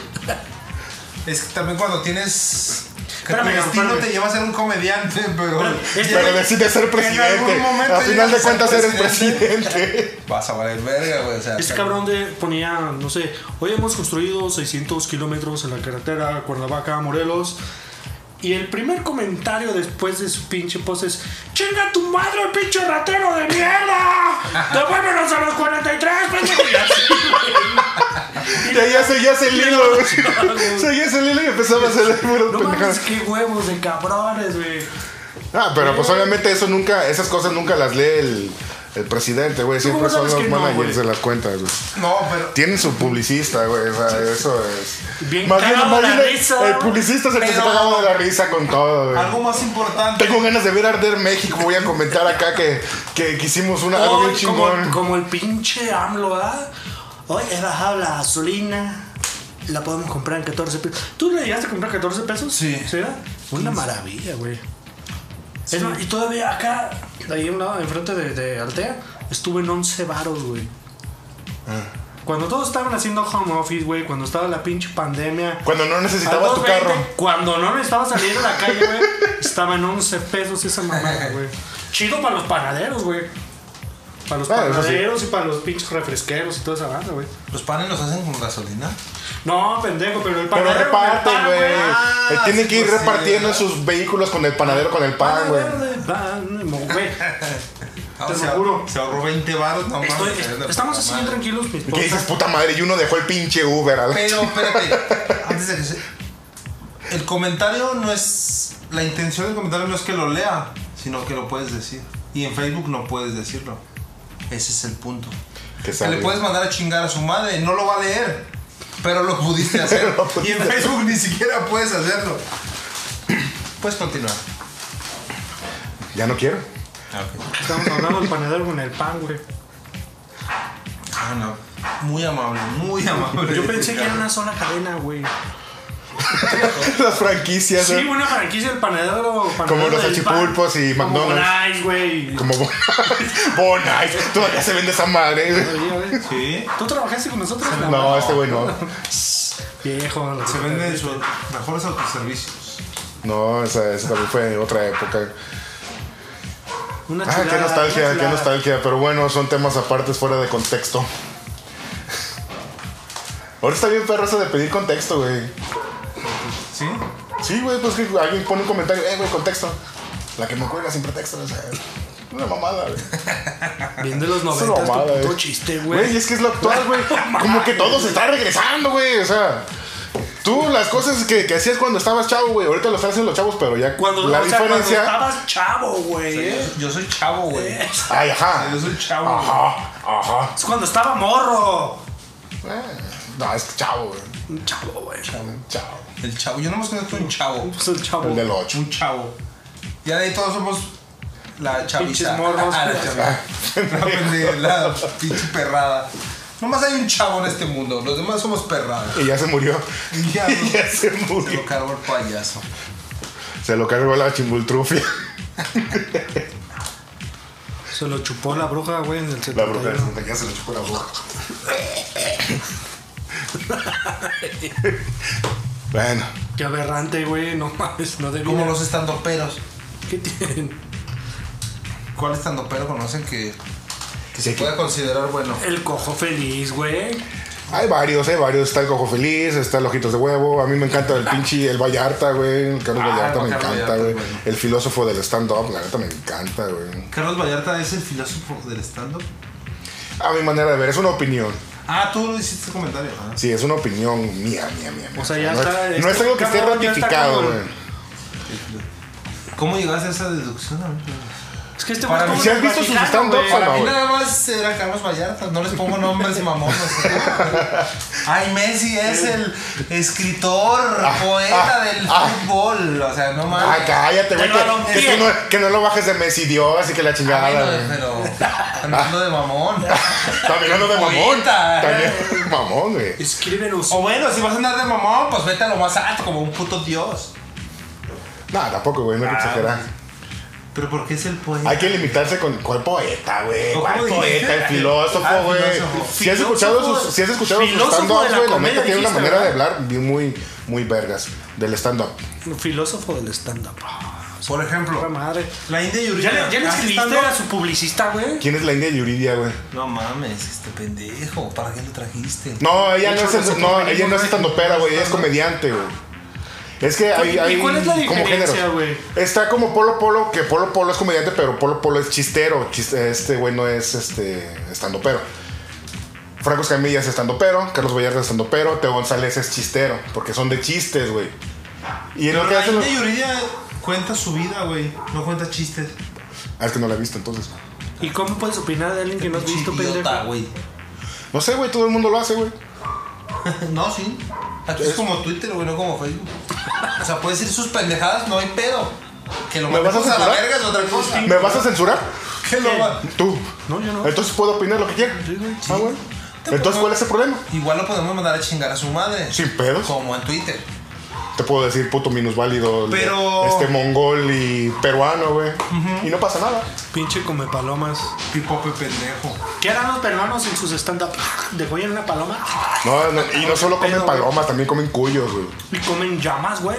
[SPEAKER 3] Es que también cuando tienes. Que tu
[SPEAKER 2] Espérame,
[SPEAKER 3] destino
[SPEAKER 2] espérame.
[SPEAKER 3] te lleva a ser un comediante, pero.
[SPEAKER 2] Espérame, este-
[SPEAKER 1] Pero decide ser presidente.
[SPEAKER 3] algún momento
[SPEAKER 1] Al final
[SPEAKER 3] llegas
[SPEAKER 1] de
[SPEAKER 3] a ser
[SPEAKER 1] cuentas eres
[SPEAKER 3] presidente.
[SPEAKER 1] presidente.
[SPEAKER 3] Vas a valer verga, güey. O sea,
[SPEAKER 2] Este cabrón de ponía, no sé, hoy hemos construido 600 kilómetros en la carretera Cuernavaca, Morelos. Y el primer comentario después de su pinche post es: ¡Chinga tu madre, pinche ratero de mierda! ¡Devuélvenos a los 43, pendejo! Y así, güey.
[SPEAKER 1] Y ahí ya se seguías el hilo, güey. Seguías el hilo y empezaba a hacer puras
[SPEAKER 2] No
[SPEAKER 1] pendejadas.
[SPEAKER 2] mames, qué huevos de cabrones, güey.
[SPEAKER 1] Ah, pero pues obviamente eso nunca, esas cosas nunca las lee el, el presidente, güey. Siempre
[SPEAKER 2] cómo
[SPEAKER 1] son
[SPEAKER 2] sabes
[SPEAKER 1] los
[SPEAKER 2] que no,
[SPEAKER 1] managers
[SPEAKER 2] güey?
[SPEAKER 1] de las cuentas, güey.
[SPEAKER 3] No, pero.
[SPEAKER 1] Tienen su publicista, güey. O sea, eso es.
[SPEAKER 2] Bien cagado de la risa,
[SPEAKER 1] el
[SPEAKER 2] güey.
[SPEAKER 1] publicista es el que se
[SPEAKER 3] Pero-
[SPEAKER 1] está cagando de la risa con todo, güey.
[SPEAKER 3] Algo más importante.
[SPEAKER 1] Tengo ganas de ver arder México. Voy a comentar acá que, que, que hicimos una, algo bien
[SPEAKER 2] Ay, como,
[SPEAKER 1] chingón.
[SPEAKER 2] como el pinche AMLO, ¿verdad? Hoy he bajado la gasolina. La podemos comprar en 14 pesos. ¿Tú le llegaste a comprar 14 pesos?
[SPEAKER 3] Sí.
[SPEAKER 2] verdad? Una maravilla, güey. Es más, y todavía acá, ahí a un lado, enfrente de, de Altea, estuve en 11 varos, güey.
[SPEAKER 1] Ah.
[SPEAKER 2] Cuando todos estaban haciendo home office, güey, cuando estaba la pinche pandemia.
[SPEAKER 1] Cuando no
[SPEAKER 2] Al
[SPEAKER 1] necesitabas tu
[SPEAKER 2] 2.20,
[SPEAKER 1] carro.
[SPEAKER 2] Cuando no necesitaba salir a la calle, güey, estaba en 11 pesos esa mamada, güey. Chido para los panaderos, güey. Para los
[SPEAKER 1] Ah, eso sí.
[SPEAKER 2] panaderos y para los pinches refresqueros y toda esa banda, güey.
[SPEAKER 3] ¿Los panes los hacen con gasolina?
[SPEAKER 2] No, pendejo, pero el
[SPEAKER 1] Pero
[SPEAKER 2] panadero.
[SPEAKER 1] reparten, güey.
[SPEAKER 3] Ah,
[SPEAKER 1] Eh, Tienen
[SPEAKER 3] sí,
[SPEAKER 1] que ir
[SPEAKER 3] pues, sí,
[SPEAKER 1] repartiendo
[SPEAKER 3] ¿verdad?
[SPEAKER 1] sus vehículos con el panadero, con el
[SPEAKER 2] Ah,
[SPEAKER 1] pan, güey.
[SPEAKER 2] güey.
[SPEAKER 3] Ah,
[SPEAKER 2] Te
[SPEAKER 3] se
[SPEAKER 2] lo juro.
[SPEAKER 3] ahor- Se ahorró 20 baros, no mames,
[SPEAKER 2] Estoy-
[SPEAKER 3] se vende
[SPEAKER 2] estamos
[SPEAKER 3] poca
[SPEAKER 2] así bien
[SPEAKER 3] madre.
[SPEAKER 2] tranquilos, mis
[SPEAKER 1] ¿Qué dices,
[SPEAKER 2] postas.
[SPEAKER 1] puta madre? Y uno dejó el pinche Uber. a la-
[SPEAKER 3] Pero espérate, antes de que se... El comentario no es... La intención del comentario no es que lo lea, sino que lo puedes decir. Y en Facebook no puedes decirlo. Ese es el punto.
[SPEAKER 1] Que
[SPEAKER 3] Que le
[SPEAKER 1] sale.
[SPEAKER 3] puedes mandar a chingar a su madre, no lo va a leer. Pero lo pudiste hacer.
[SPEAKER 1] Lo pudiste
[SPEAKER 3] y en Facebook ni siquiera puedes hacerlo. Puedes continuar.
[SPEAKER 1] Ya no quiero.
[SPEAKER 2] Ah, Estamos hablando del panadero con el pan, güey.
[SPEAKER 3] Ah, no. Muy amable, muy amable.
[SPEAKER 2] Yo pensé que era una sola cadena, güey.
[SPEAKER 1] Las franquicias,
[SPEAKER 2] Sí,
[SPEAKER 1] güey.
[SPEAKER 2] una franquicia del panadero. panadero
[SPEAKER 1] Como los
[SPEAKER 2] del pan.
[SPEAKER 1] salchipulpos y
[SPEAKER 2] Como
[SPEAKER 1] McDonald's.
[SPEAKER 2] Bonais, güey.
[SPEAKER 1] Como Bon Bon Ice. Todavía se vende esa madre.
[SPEAKER 2] Oye, a ver.
[SPEAKER 3] Sí.
[SPEAKER 2] ¿Tú trabajaste con nosotros?
[SPEAKER 1] No, este güey no.
[SPEAKER 2] Viejo,
[SPEAKER 3] Se venden sus mejores autoservicios.
[SPEAKER 1] No, esa, esa también fue otra época.
[SPEAKER 2] Una
[SPEAKER 1] Ah, qué
[SPEAKER 2] chulada,
[SPEAKER 1] nostalgia,
[SPEAKER 2] una
[SPEAKER 1] qué
[SPEAKER 2] chulada.
[SPEAKER 1] nostalgia. Pero bueno, son temas apartes fuera de contexto. Ahora está bien perro eso de pedir contexto, güey.
[SPEAKER 3] ¿Sí?
[SPEAKER 1] Sí, güey, pues que alguien pone un comentario, eh, güey, contexto. La que me cuelga sin pretexto, o sea, una mamada, güey.
[SPEAKER 2] Bien de los
[SPEAKER 1] Es una
[SPEAKER 2] 90,
[SPEAKER 1] mamada,
[SPEAKER 2] tu puto
[SPEAKER 1] güey.
[SPEAKER 2] chiste,
[SPEAKER 1] Güey,
[SPEAKER 2] güey.
[SPEAKER 1] es que es lo actual, güey. Como que todo se está regresando, güey, o sea. Tú, las cosas que, que hacías cuando estabas chavo, güey, ahorita lo están haciendo los chavos, pero ya
[SPEAKER 2] Cuando,
[SPEAKER 1] la
[SPEAKER 2] o sea, cuando
[SPEAKER 1] diferencia...
[SPEAKER 2] estabas chavo, güey. ¿eh?
[SPEAKER 3] Yo soy chavo, güey.
[SPEAKER 1] Ay, ajá.
[SPEAKER 3] Yo soy chavo.
[SPEAKER 1] Ajá, ajá.
[SPEAKER 2] Es cuando estaba morro.
[SPEAKER 1] Eh, no, es chavo, güey.
[SPEAKER 2] Un chavo, güey.
[SPEAKER 1] Chavo.
[SPEAKER 3] El chavo. Yo nomás conozco un chavo.
[SPEAKER 2] Pues el chavo.
[SPEAKER 1] El del 8.
[SPEAKER 3] Un chavo. Ya de ahí todos somos la
[SPEAKER 2] Pinches
[SPEAKER 3] chaviza.
[SPEAKER 2] morros.
[SPEAKER 3] Ah,
[SPEAKER 1] pues.
[SPEAKER 3] la chaviza. La pende- la pinche perrada. Nomás hay un chavo en este mundo. Los demás somos perradas.
[SPEAKER 1] Y ya se murió.
[SPEAKER 3] Y ya,
[SPEAKER 1] Y ya se
[SPEAKER 3] Se
[SPEAKER 1] murió.
[SPEAKER 3] lo cargó el payaso.
[SPEAKER 1] Se lo cargó la chimbultrufia.
[SPEAKER 2] Se lo chupó la bruja, güey, en el 71.
[SPEAKER 1] La bruja de Santa ya se lo chupó la boca. bueno,
[SPEAKER 2] Qué aberrante, güey. No mames, no debía.
[SPEAKER 3] Como los estandoperos.
[SPEAKER 2] ¿Qué tienen?
[SPEAKER 3] ¿Cuál estandopero conocen que, que se
[SPEAKER 1] Sí, que-
[SPEAKER 3] pueda considerar bueno?
[SPEAKER 2] El cojo feliz, güey.
[SPEAKER 1] hay varios, hay varios. Está el cojo feliz, está el ojitos de huevo. A mí me encanta el pinche, el Vallarta, güey. El Carlos
[SPEAKER 3] Ah,
[SPEAKER 1] Vallarta
[SPEAKER 3] el Carlos
[SPEAKER 1] me encanta,
[SPEAKER 3] Vallarta,
[SPEAKER 1] güey.
[SPEAKER 3] bueno.
[SPEAKER 1] El filósofo del stand-up, la neta me encanta, güey.
[SPEAKER 3] Carlos Vallarta es el filósofo del stand-up.
[SPEAKER 1] A mi manera de ver, es una opinión.
[SPEAKER 3] Ah, tú lo hiciste ese comentario. Ah.
[SPEAKER 1] Sí, es una opinión mía, mía, mía. mía.
[SPEAKER 2] O sea, ya
[SPEAKER 1] no
[SPEAKER 2] está-
[SPEAKER 1] Es, no es algo que esté
[SPEAKER 2] cabrón, ya está
[SPEAKER 1] ratificado,
[SPEAKER 2] como-
[SPEAKER 1] güey.
[SPEAKER 3] ¿Cómo llegaste a esa deducción? amigo?
[SPEAKER 2] Es que este
[SPEAKER 3] Para
[SPEAKER 2] güey
[SPEAKER 3] mí,
[SPEAKER 2] es
[SPEAKER 1] ¿sí
[SPEAKER 2] como
[SPEAKER 1] has
[SPEAKER 2] del
[SPEAKER 1] visto sus
[SPEAKER 2] Vaticano,
[SPEAKER 1] stand-ups
[SPEAKER 2] güey.
[SPEAKER 1] o no?
[SPEAKER 3] Para mí
[SPEAKER 1] güey.
[SPEAKER 3] nada más era Carlos Vallarta. No les pongo nombres mamonos. Ay, Messi es el escritor, poeta del
[SPEAKER 1] ah.
[SPEAKER 3] fútbol. O sea, no
[SPEAKER 1] Ah,
[SPEAKER 3] mames.
[SPEAKER 1] cállate, güey.
[SPEAKER 2] Te lo
[SPEAKER 1] Que, que
[SPEAKER 2] rompí.
[SPEAKER 1] tú no, que no lo bajes de Messi Dios y que la
[SPEAKER 3] Ah,
[SPEAKER 1] chingada,
[SPEAKER 3] bueno,
[SPEAKER 1] güey.
[SPEAKER 3] pero hablando de mamón.
[SPEAKER 1] También ando de mamón.
[SPEAKER 3] Poeta, eh.
[SPEAKER 1] También mamón, güey.
[SPEAKER 2] Escríbenos.
[SPEAKER 1] Oh.
[SPEAKER 3] O bueno, si vas a andar de mamón, pues vete a lo más alto, como un puto dios.
[SPEAKER 1] No, tampoco, güey, no hay que
[SPEAKER 3] Ah,
[SPEAKER 1] exagerar.
[SPEAKER 3] Pero ¿por qué es el poeta?
[SPEAKER 1] Hay que limitarse con cuál poeta, güey.
[SPEAKER 3] ¿Cómo
[SPEAKER 1] ¿Cuál
[SPEAKER 3] dijiste?
[SPEAKER 1] poeta? El filósofo,
[SPEAKER 3] Ah,
[SPEAKER 1] güey.
[SPEAKER 3] filósofo.
[SPEAKER 1] Si has escuchado
[SPEAKER 2] Filósofo
[SPEAKER 1] sus,
[SPEAKER 2] de-
[SPEAKER 1] si has escuchado sus
[SPEAKER 2] filósofo de
[SPEAKER 1] stand-ups,
[SPEAKER 2] la
[SPEAKER 1] güey, la
[SPEAKER 2] comedia
[SPEAKER 1] neta tiene una
[SPEAKER 2] dijiste,
[SPEAKER 1] manera de
[SPEAKER 2] ¿verdad?
[SPEAKER 1] hablar bien muy, muy vergas del stand-up.
[SPEAKER 2] Un filósofo del stand-up.
[SPEAKER 1] Ah.
[SPEAKER 3] Por
[SPEAKER 2] Puta
[SPEAKER 3] ejemplo,
[SPEAKER 2] madre.
[SPEAKER 3] la India
[SPEAKER 2] ¿Ya
[SPEAKER 3] Yuridia.
[SPEAKER 2] le, ya le
[SPEAKER 3] ¿Hace
[SPEAKER 2] escribiste
[SPEAKER 3] stand-up?
[SPEAKER 2] a su publicista, güey?
[SPEAKER 1] ¿Quién es la India Yuridia, güey?
[SPEAKER 3] No mames, este pendejo. ¿Para qué lo trajiste?
[SPEAKER 1] No, ella
[SPEAKER 2] De
[SPEAKER 1] no
[SPEAKER 2] hecho,
[SPEAKER 1] es,
[SPEAKER 2] nosotros
[SPEAKER 1] no,
[SPEAKER 2] venimos
[SPEAKER 1] ella no es
[SPEAKER 2] de-
[SPEAKER 1] estandopera, güey, ella es comediante, güey. Es que hay,
[SPEAKER 2] ¿y
[SPEAKER 1] hay
[SPEAKER 2] cuál es la
[SPEAKER 1] como
[SPEAKER 2] diferencia,
[SPEAKER 1] géneros.
[SPEAKER 2] güey?
[SPEAKER 1] Está como Polo Polo, que Polo Polo es comediante, pero Polo Polo es chistero. chis- Este güey no es este estandopero. Franco Escamilla es estando pero, Carlos Vallarta es estando pero, Teo González es chistero, porque son de chistes, güey. Y es lo
[SPEAKER 3] Pero
[SPEAKER 1] que
[SPEAKER 3] la
[SPEAKER 1] hacen los...
[SPEAKER 3] India Yuridia cuenta su vida, güey. No cuenta chistes.
[SPEAKER 1] Ah, es que no la he visto entonces.
[SPEAKER 2] ¿Y cómo puedes opinar de alguien que no has visto,
[SPEAKER 4] Idiota,
[SPEAKER 2] pendejo?
[SPEAKER 4] güey.
[SPEAKER 1] No sé, güey, todo el mundo lo hace, güey.
[SPEAKER 4] No, sí. Aquí es como Twitter, güey, no como Facebook. O sea, puedes decir sus pendejadas, no hay pedo. Que lo
[SPEAKER 1] ¿Me vas a
[SPEAKER 4] mandemos a, la
[SPEAKER 1] censurar?
[SPEAKER 4] verga es otra cosa.
[SPEAKER 1] ¿Me vas a censurar?
[SPEAKER 4] Que lo ma-
[SPEAKER 1] Tú.
[SPEAKER 2] No, yo no.
[SPEAKER 1] Entonces puedo opinar lo que quiera.
[SPEAKER 2] Sí, güey.
[SPEAKER 1] Ah, bueno. Entonces, ¿cuál es el problema?
[SPEAKER 4] Igual lo podemos mandar a chingar a su madre.
[SPEAKER 1] Sin pedos.
[SPEAKER 4] Como en Twitter.
[SPEAKER 1] Te puedo decir puto minusválido,
[SPEAKER 3] Pero-
[SPEAKER 1] este mongol y peruano, güey. Y no pasa nada.
[SPEAKER 2] Pinche come palomas.
[SPEAKER 3] Pipope pendejo.
[SPEAKER 2] ¿Qué harán los peruanos en sus stand-up? ¿Degüellan una paloma?
[SPEAKER 1] No, no, y no solo comen
[SPEAKER 2] Pero, güey.
[SPEAKER 1] palomas, también comen cuyos, güey.
[SPEAKER 2] Y comen llamas, güey.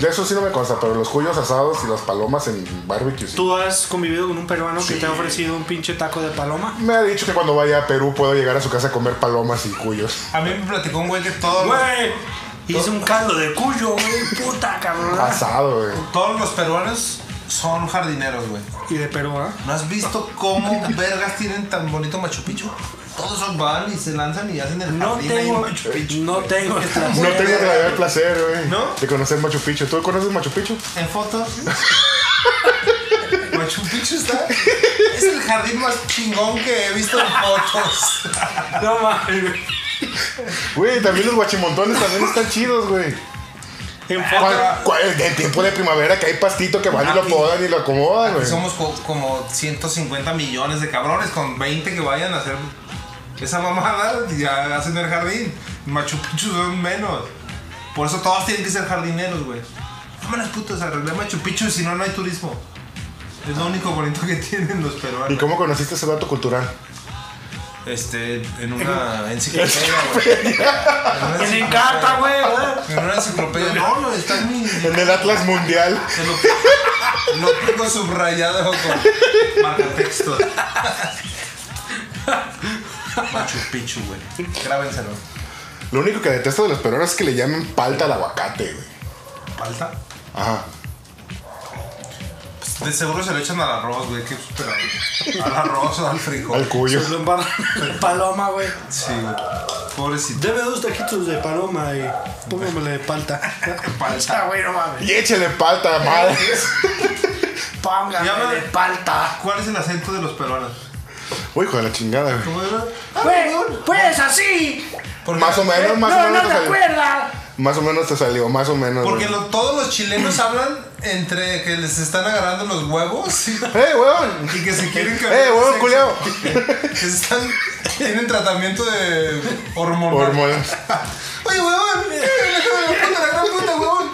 [SPEAKER 1] De eso sí no me consta, pero los cuyos asados y las palomas en barbecue. sí.
[SPEAKER 2] ¿Tú has convivido con un peruano que te ha ofrecido un pinche taco de paloma?
[SPEAKER 1] Me ha dicho que cuando vaya a Perú puedo llegar a su casa a comer palomas y cuyos.
[SPEAKER 3] A mí me platicó un güey que todos los,
[SPEAKER 2] Güey, hice un caldo de cuyo, güey. Puta, cabrón.
[SPEAKER 1] Asado, güey.
[SPEAKER 3] todos los peruanos son jardineros, güey.
[SPEAKER 2] Y de Perú, ¿ah?
[SPEAKER 4] ¿No has visto?
[SPEAKER 3] ¿Esto cómo vergas tienen tan bonito Machu Picchu? Todos son van y se lanzan y hacen el
[SPEAKER 2] No
[SPEAKER 3] jardín ahí en
[SPEAKER 2] tengo,
[SPEAKER 3] Machu Picchu.
[SPEAKER 2] no tengo el
[SPEAKER 1] No
[SPEAKER 2] placer.
[SPEAKER 1] tengo el mayor placer, güey.
[SPEAKER 3] ¿No?
[SPEAKER 1] De conocer Machu Picchu. ¿Tú conoces Machu Picchu?
[SPEAKER 3] En fotos. Machu Picchu está. Es el jardín más chingón que he visto en fotos.
[SPEAKER 2] No mames, güey.
[SPEAKER 1] Güey, también los guachimontones también están chidos, güey.
[SPEAKER 2] En foto.
[SPEAKER 1] ¿Cuál, cuál- en tiempo de primavera que hay pastito que van y lo podan y lo acomodan, Ah, güey.
[SPEAKER 3] Somos co- como 150 millones de cabrones con 20 que vayan a hacer esa mamada y ya hacen el jardín. Machu Picchu son menos. Por eso todos tienen que ser jardineros, güey. Vámonos putos a arreglar Machu Picchu si no, no hay turismo. Es lo único bonito que tienen los
[SPEAKER 1] ¿Y
[SPEAKER 3] peruanos.
[SPEAKER 1] cómo conociste ese dato cultural?
[SPEAKER 3] Este, en una enciclopedia, güey. En una
[SPEAKER 2] En
[SPEAKER 3] enciclopedia.
[SPEAKER 2] encanta, güey. ¿verdad?
[SPEAKER 3] En una enciclopedia. No, no, está en mi.
[SPEAKER 1] En el Atlas Mundial.
[SPEAKER 3] Lo, lo tengo subrayado con marcatexto. Machu Picchu, güey. Grábenselo.
[SPEAKER 1] Lo único que detesto de los peruanos es que le llaman palta al aguacate, güey.
[SPEAKER 3] ¿Palta?
[SPEAKER 1] Ajá.
[SPEAKER 3] Pues, de seguro se lo echan al arroz, güey. Qué superado. Al arroz o al
[SPEAKER 1] Al
[SPEAKER 3] frijol.
[SPEAKER 1] cuyo.
[SPEAKER 2] Se lo embarran en paloma, güey.
[SPEAKER 3] Sí, güey. Pobrecito.
[SPEAKER 2] Debe dos taquitos de paloma y póngamele de palta.
[SPEAKER 3] Palta.
[SPEAKER 2] güey, no mames.
[SPEAKER 1] Y échale palta, madre.
[SPEAKER 3] Ya,
[SPEAKER 2] Póngame de
[SPEAKER 3] madre.
[SPEAKER 2] palta.
[SPEAKER 3] ¿Cuál es el acento de los peruanos?
[SPEAKER 1] Uy, hijo de la chingada, güey.
[SPEAKER 3] ¿Cómo era? Ah,
[SPEAKER 2] Güey, pues así.
[SPEAKER 3] Porque-
[SPEAKER 1] Más o menos, más o
[SPEAKER 2] Eh, No, no te
[SPEAKER 1] menos te salió.
[SPEAKER 2] acuerdas.
[SPEAKER 1] Más o menos te salió, más o menos.
[SPEAKER 3] Porque
[SPEAKER 1] güey.
[SPEAKER 3] lo- todos los chilenos hablan entre que les están agarrando los huevos y,
[SPEAKER 1] ¡Eh, weón!
[SPEAKER 3] y que se quieren cambiar.
[SPEAKER 1] ¡Eh,
[SPEAKER 3] de
[SPEAKER 1] huevón,
[SPEAKER 3] sexo.
[SPEAKER 1] culiao!
[SPEAKER 3] Que están, tienen tratamiento de hormonal.
[SPEAKER 1] Hormonas.
[SPEAKER 3] Oye, huevón, eh, déjame la puta, la gran puta, huevón.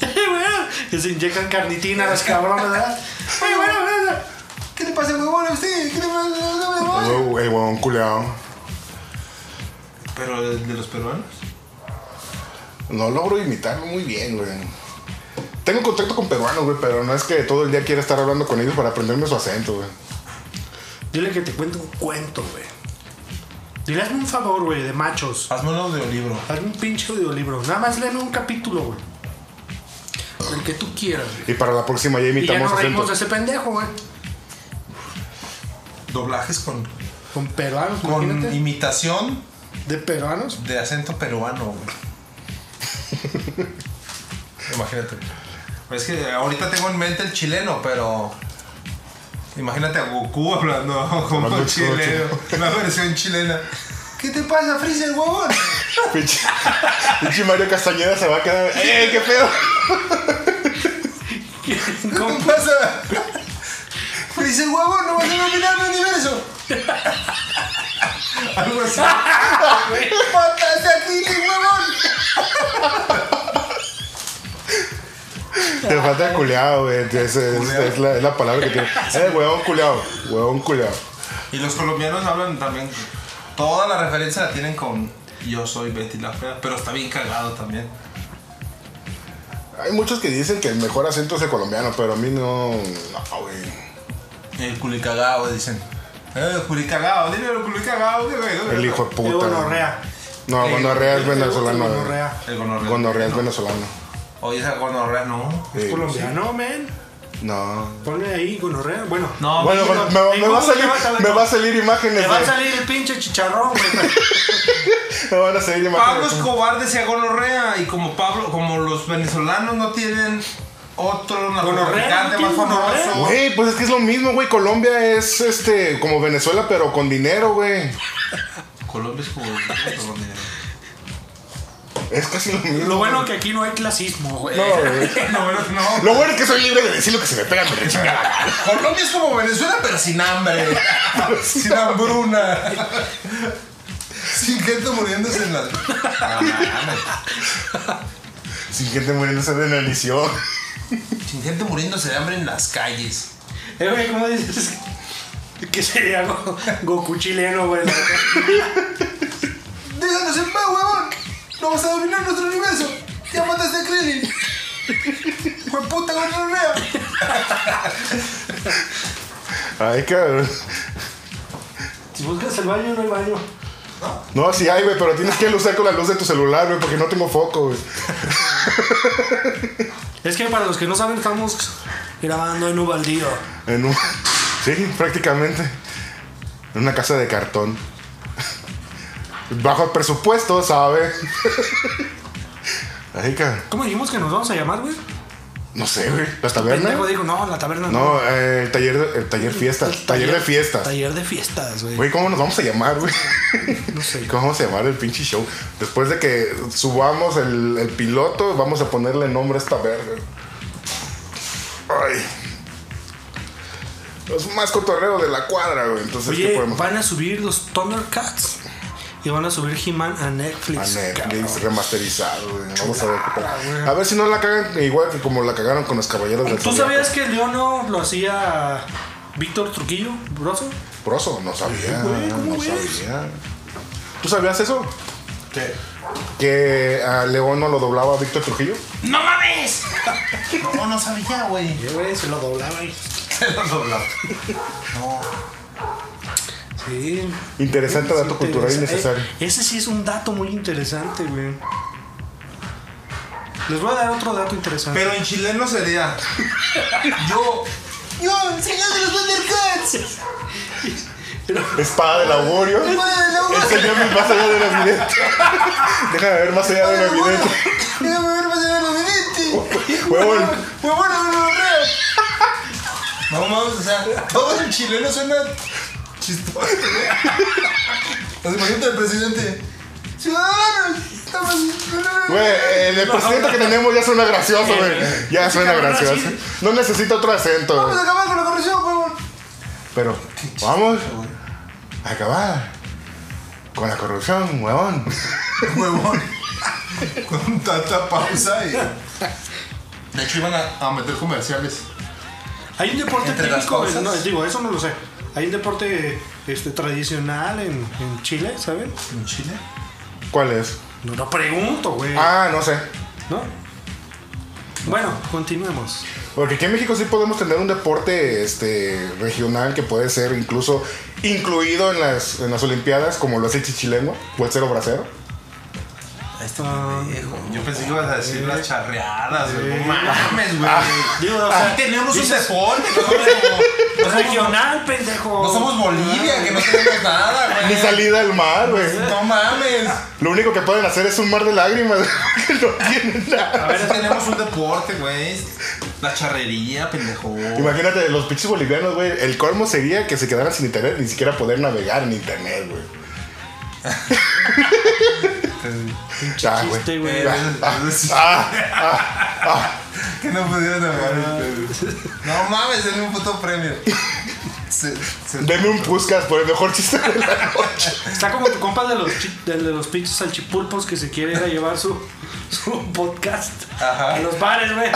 [SPEAKER 2] Eh, güey, Que se inyectan carnitina a los cabrones, ¿verdad? Oye, bueno, bueno.
[SPEAKER 3] ¿Qué le pasa al huevón a usted? ¿Qué le pasa al huevón?
[SPEAKER 1] Oh, ¡Eh, weón, culiao!
[SPEAKER 3] Pero de, de los peruanos.
[SPEAKER 1] No logro imitarlo muy bien, güey. Tengo contacto con peruanos, güey, pero no es que todo el día quiera estar hablando con ellos para aprenderme su acento, güey.
[SPEAKER 2] Dile que te cuento un cuento, güey. Dile, hazme un favor, güey, de machos.
[SPEAKER 3] Hazme un audiolibro.
[SPEAKER 2] Hazme un pinche audiolibro. Nada más léeme un capítulo, güey. El que tú quieras, güey.
[SPEAKER 1] Y para la próxima
[SPEAKER 2] Y
[SPEAKER 1] ya
[SPEAKER 2] ya
[SPEAKER 1] imitamos
[SPEAKER 2] nos reímos
[SPEAKER 1] acentos.
[SPEAKER 2] de ese pendejo, güey.
[SPEAKER 3] Doblajes con,
[SPEAKER 2] Con peruanos,
[SPEAKER 3] con
[SPEAKER 2] imagínate.
[SPEAKER 3] imitación
[SPEAKER 2] De peruanos.
[SPEAKER 3] de acento peruano, güey. Imagínate. Es que ahorita tengo en mente el chileno, pero. Imagínate a Goku hablando como
[SPEAKER 1] Hablando
[SPEAKER 3] chileno. Una versión chilena. ¿Qué te pasa, Freezer, huevón?
[SPEAKER 1] Pinche pinche Mario Castañeda se va a quedar. ¡Eh, qué pedo!
[SPEAKER 3] ¿Qué te pasa? Freezer, huevón, no vas a dominar mi universo. Algo así. ¡Mataste a Krillin, huevón!
[SPEAKER 1] Te falta el culeado, güey. Es, es- es la, es la palabra que tiene. ¡Eh, huevón culeado! ¡Huevón culeado!
[SPEAKER 3] Y los colombianos hablan también. Toda la referencia la tienen con Yo soy Betty la Fea, pero está bien cagado también.
[SPEAKER 1] Hay muchos que dicen que el mejor acento es el colombiano, pero a mí no. No, güey.
[SPEAKER 3] El culicagao, dicen. Eh, culicagao, dile el culicagao, dile, dile.
[SPEAKER 1] El hijo de
[SPEAKER 2] De
[SPEAKER 1] puta.
[SPEAKER 2] gonorrea.
[SPEAKER 1] No,
[SPEAKER 3] Eh,
[SPEAKER 1] gonorrea es
[SPEAKER 3] el- el-
[SPEAKER 1] venezolano. eh.
[SPEAKER 2] el
[SPEAKER 1] güey.
[SPEAKER 2] gonorrea.
[SPEAKER 3] El gonorrea.
[SPEAKER 1] Gonorrea es
[SPEAKER 3] No.
[SPEAKER 1] venezolano.
[SPEAKER 3] Oye, esa gonorrea no.
[SPEAKER 1] Sí,
[SPEAKER 2] Es colombiano, men.
[SPEAKER 1] No.
[SPEAKER 2] Ponle ahí gonorrea. Bueno,
[SPEAKER 4] No,
[SPEAKER 1] Bueno,
[SPEAKER 2] amigo,
[SPEAKER 1] me, me-
[SPEAKER 2] en
[SPEAKER 1] me va a
[SPEAKER 2] Google
[SPEAKER 1] salir,
[SPEAKER 2] te va a-
[SPEAKER 1] me va a salir imágenes
[SPEAKER 2] Te va a
[SPEAKER 1] de.
[SPEAKER 2] salir el pinche chicharrón, güey.
[SPEAKER 1] Me van a salir
[SPEAKER 3] Pablo
[SPEAKER 1] imágenes.
[SPEAKER 3] Escobar decía gonorrea y como Pablo, como los venezolanos no tienen otro narcotraficante
[SPEAKER 2] ¿no
[SPEAKER 3] más
[SPEAKER 2] tienen gonorrea?
[SPEAKER 3] famoso.
[SPEAKER 1] Güey, pues es que es lo mismo, güey. Colombia es este como Venezuela, pero con dinero, güey.
[SPEAKER 4] Colombia es como.
[SPEAKER 1] Es casi lo mismo.
[SPEAKER 2] Lo bueno que aquí no hay clasismo, güey.
[SPEAKER 1] No, güey.
[SPEAKER 3] No, bueno, no.
[SPEAKER 1] Lo bueno es que soy libre de decir lo que se me pega mi chingada.
[SPEAKER 4] Colombia es como Venezuela, pero sin hambre. sin hambruna. sin gente muriéndose en la. No mames.
[SPEAKER 1] Sin gente muriéndose de inanición.
[SPEAKER 4] Sin gente muriéndose de hambre en las calles.
[SPEAKER 2] Eh, güey, ¿cómo dices? Que sería Go- Goku chileno, güey.
[SPEAKER 4] Déjanos en paz, huevón. No vas a dominar nuestro universo. Ya mataste a Krillin. Fue puta gonorrea.
[SPEAKER 1] Ay, cabrón.
[SPEAKER 2] Si buscas el baño, no hay baño.
[SPEAKER 1] No, sí hay, güey, pero tienes que luchar con la luz de tu celular, güey, porque no tengo foco, güey.
[SPEAKER 2] Es que para los que no saben, estamos grabando en Ubaldío.
[SPEAKER 1] En un... Sí, prácticamente. En una casa de cartón. Bajo presupuesto, ¿sabe? Ay, cabrón.
[SPEAKER 2] ¿Cómo dijimos que nos vamos a llamar, güey?
[SPEAKER 1] No sé, güey. ¿Las
[SPEAKER 2] Pendejo
[SPEAKER 1] tabernas?
[SPEAKER 2] dijo, no, la taberna.
[SPEAKER 1] No, eh, el taller, de- el taller fiesta. Taller de fiesta.
[SPEAKER 2] Pues, Taller de fiestas, güey.
[SPEAKER 1] Güey, ¿cómo nos vamos a llamar, güey?
[SPEAKER 2] No sé.
[SPEAKER 1] ¿Cómo vamos a llamar el pinche show? Después de que subamos el, el piloto, vamos a ponerle nombre a esta verga. Ay. Es más cotorreo de la cuadra, güey. Entonces, ¿qué
[SPEAKER 2] Oye,
[SPEAKER 1] podemos
[SPEAKER 2] van a subir los Thundercats y van a subir He-Man a
[SPEAKER 1] A
[SPEAKER 2] Netflix.
[SPEAKER 1] Netflix
[SPEAKER 2] cabrón.
[SPEAKER 1] remasterizado, güey. Vamos a ver qué tal. A ver si no la cagan igual que como la cagaron con los caballeros del
[SPEAKER 2] ¿Tú
[SPEAKER 1] Zodiaco.
[SPEAKER 2] sabías que Leono lo hacía Víctor Trujillo, broso?
[SPEAKER 1] Proso, no sabía.
[SPEAKER 2] güey, ¿cómo
[SPEAKER 1] no
[SPEAKER 2] ves?
[SPEAKER 1] sabía. ¿Tú sabías eso?
[SPEAKER 4] ¿Qué?
[SPEAKER 1] Que a León no lo doblaba Víctor Trujillo.
[SPEAKER 4] ¡No mames! No, no sabía, güey.
[SPEAKER 2] güey, se lo doblaba y...
[SPEAKER 4] Se lo doblaba. No.
[SPEAKER 2] Sí.
[SPEAKER 1] Interesante
[SPEAKER 2] Sí,
[SPEAKER 1] dato cultural
[SPEAKER 2] interesa-
[SPEAKER 1] innecesario.
[SPEAKER 2] Eh, Ese sí es un dato muy interesante, güey. Les voy a dar otro dato interesante.
[SPEAKER 3] Pero en chileno sería.
[SPEAKER 4] Yo. Yo, señor de los Thundercats.
[SPEAKER 1] Espada del augurio.
[SPEAKER 4] Padre del
[SPEAKER 1] El
[SPEAKER 4] agua.
[SPEAKER 1] señor me más allá de la evidente. Deja de ver más allá
[SPEAKER 2] Ah,
[SPEAKER 1] de la evidente.
[SPEAKER 4] Déjame ver más allá de los
[SPEAKER 1] Huevón.
[SPEAKER 4] Huevón, no, no, no. No mames, o sea, todo el chileno suena chistoso, güey. Pues imagínate el presidente. Ciudadanos, estamos.
[SPEAKER 1] Güey, el, el presidente que tenemos ya suena gracioso, güey. Ya suena gracioso. No necesita otro acento,
[SPEAKER 4] Vamos
[SPEAKER 1] güey.
[SPEAKER 4] a acabar con la corrupción, huevón.
[SPEAKER 1] Pero vamos a acabar con la corrupción, huevón.
[SPEAKER 4] Huevón. Con tanta pausa y. De hecho, iban a, a meter comerciales.
[SPEAKER 2] Hay un deporte
[SPEAKER 4] Entre las
[SPEAKER 2] típico,
[SPEAKER 4] cosas.
[SPEAKER 2] no, digo, eso no lo sé. Hay un deporte este, tradicional en, en Chile, ¿saben?
[SPEAKER 4] ¿En Chile?
[SPEAKER 1] ¿Cuál es?
[SPEAKER 2] No, no pregunto, güey.
[SPEAKER 1] Ah, no sé.
[SPEAKER 2] ¿No? Bueno, continuemos.
[SPEAKER 1] Porque aquí en México sí podemos tener un deporte este, regional que puede ser incluso incluido en las, en las Olimpiadas, como lo es el chichilengo o el cero bracero.
[SPEAKER 2] Ah,
[SPEAKER 3] Yo pensé que ibas a decir las charreadas, güey. No
[SPEAKER 2] Sí.
[SPEAKER 3] mames,
[SPEAKER 4] Ah.
[SPEAKER 3] güey.
[SPEAKER 2] digo, o sea,
[SPEAKER 4] Aquí tenemos un
[SPEAKER 2] dices, pues,
[SPEAKER 4] deporte, no somos, no somos-
[SPEAKER 2] regional, pendejo. Ah,
[SPEAKER 4] no somos Bolivia, que no tenemos nada, güey.
[SPEAKER 1] Ni salida al mar, güey.
[SPEAKER 4] No mames.
[SPEAKER 1] Lo único que pueden hacer es un mar de lágrimas. que no tienen nada.
[SPEAKER 3] A ver, tenemos un deporte, güey.
[SPEAKER 4] La charrería, pendejo.
[SPEAKER 1] Imagínate, los pinches bolivianos, güey. El colmo sería que se quedaran sin internet, ni siquiera poder navegar en internet, güey. Ya, güey.
[SPEAKER 2] Chiste, Este, güey.
[SPEAKER 4] Eh,
[SPEAKER 1] Ah, ah, ah, ah, ah.
[SPEAKER 4] Que no pudieron hablar. No mames, denme un puto premio. Se- se-
[SPEAKER 1] Denme un puscas por el mejor chiste de la noche.
[SPEAKER 2] Está como tu compa de los, chi- de los pinches salchipulpos que se quiere ir a llevar su, su podcast
[SPEAKER 4] Ajá.
[SPEAKER 2] a los bares, güey.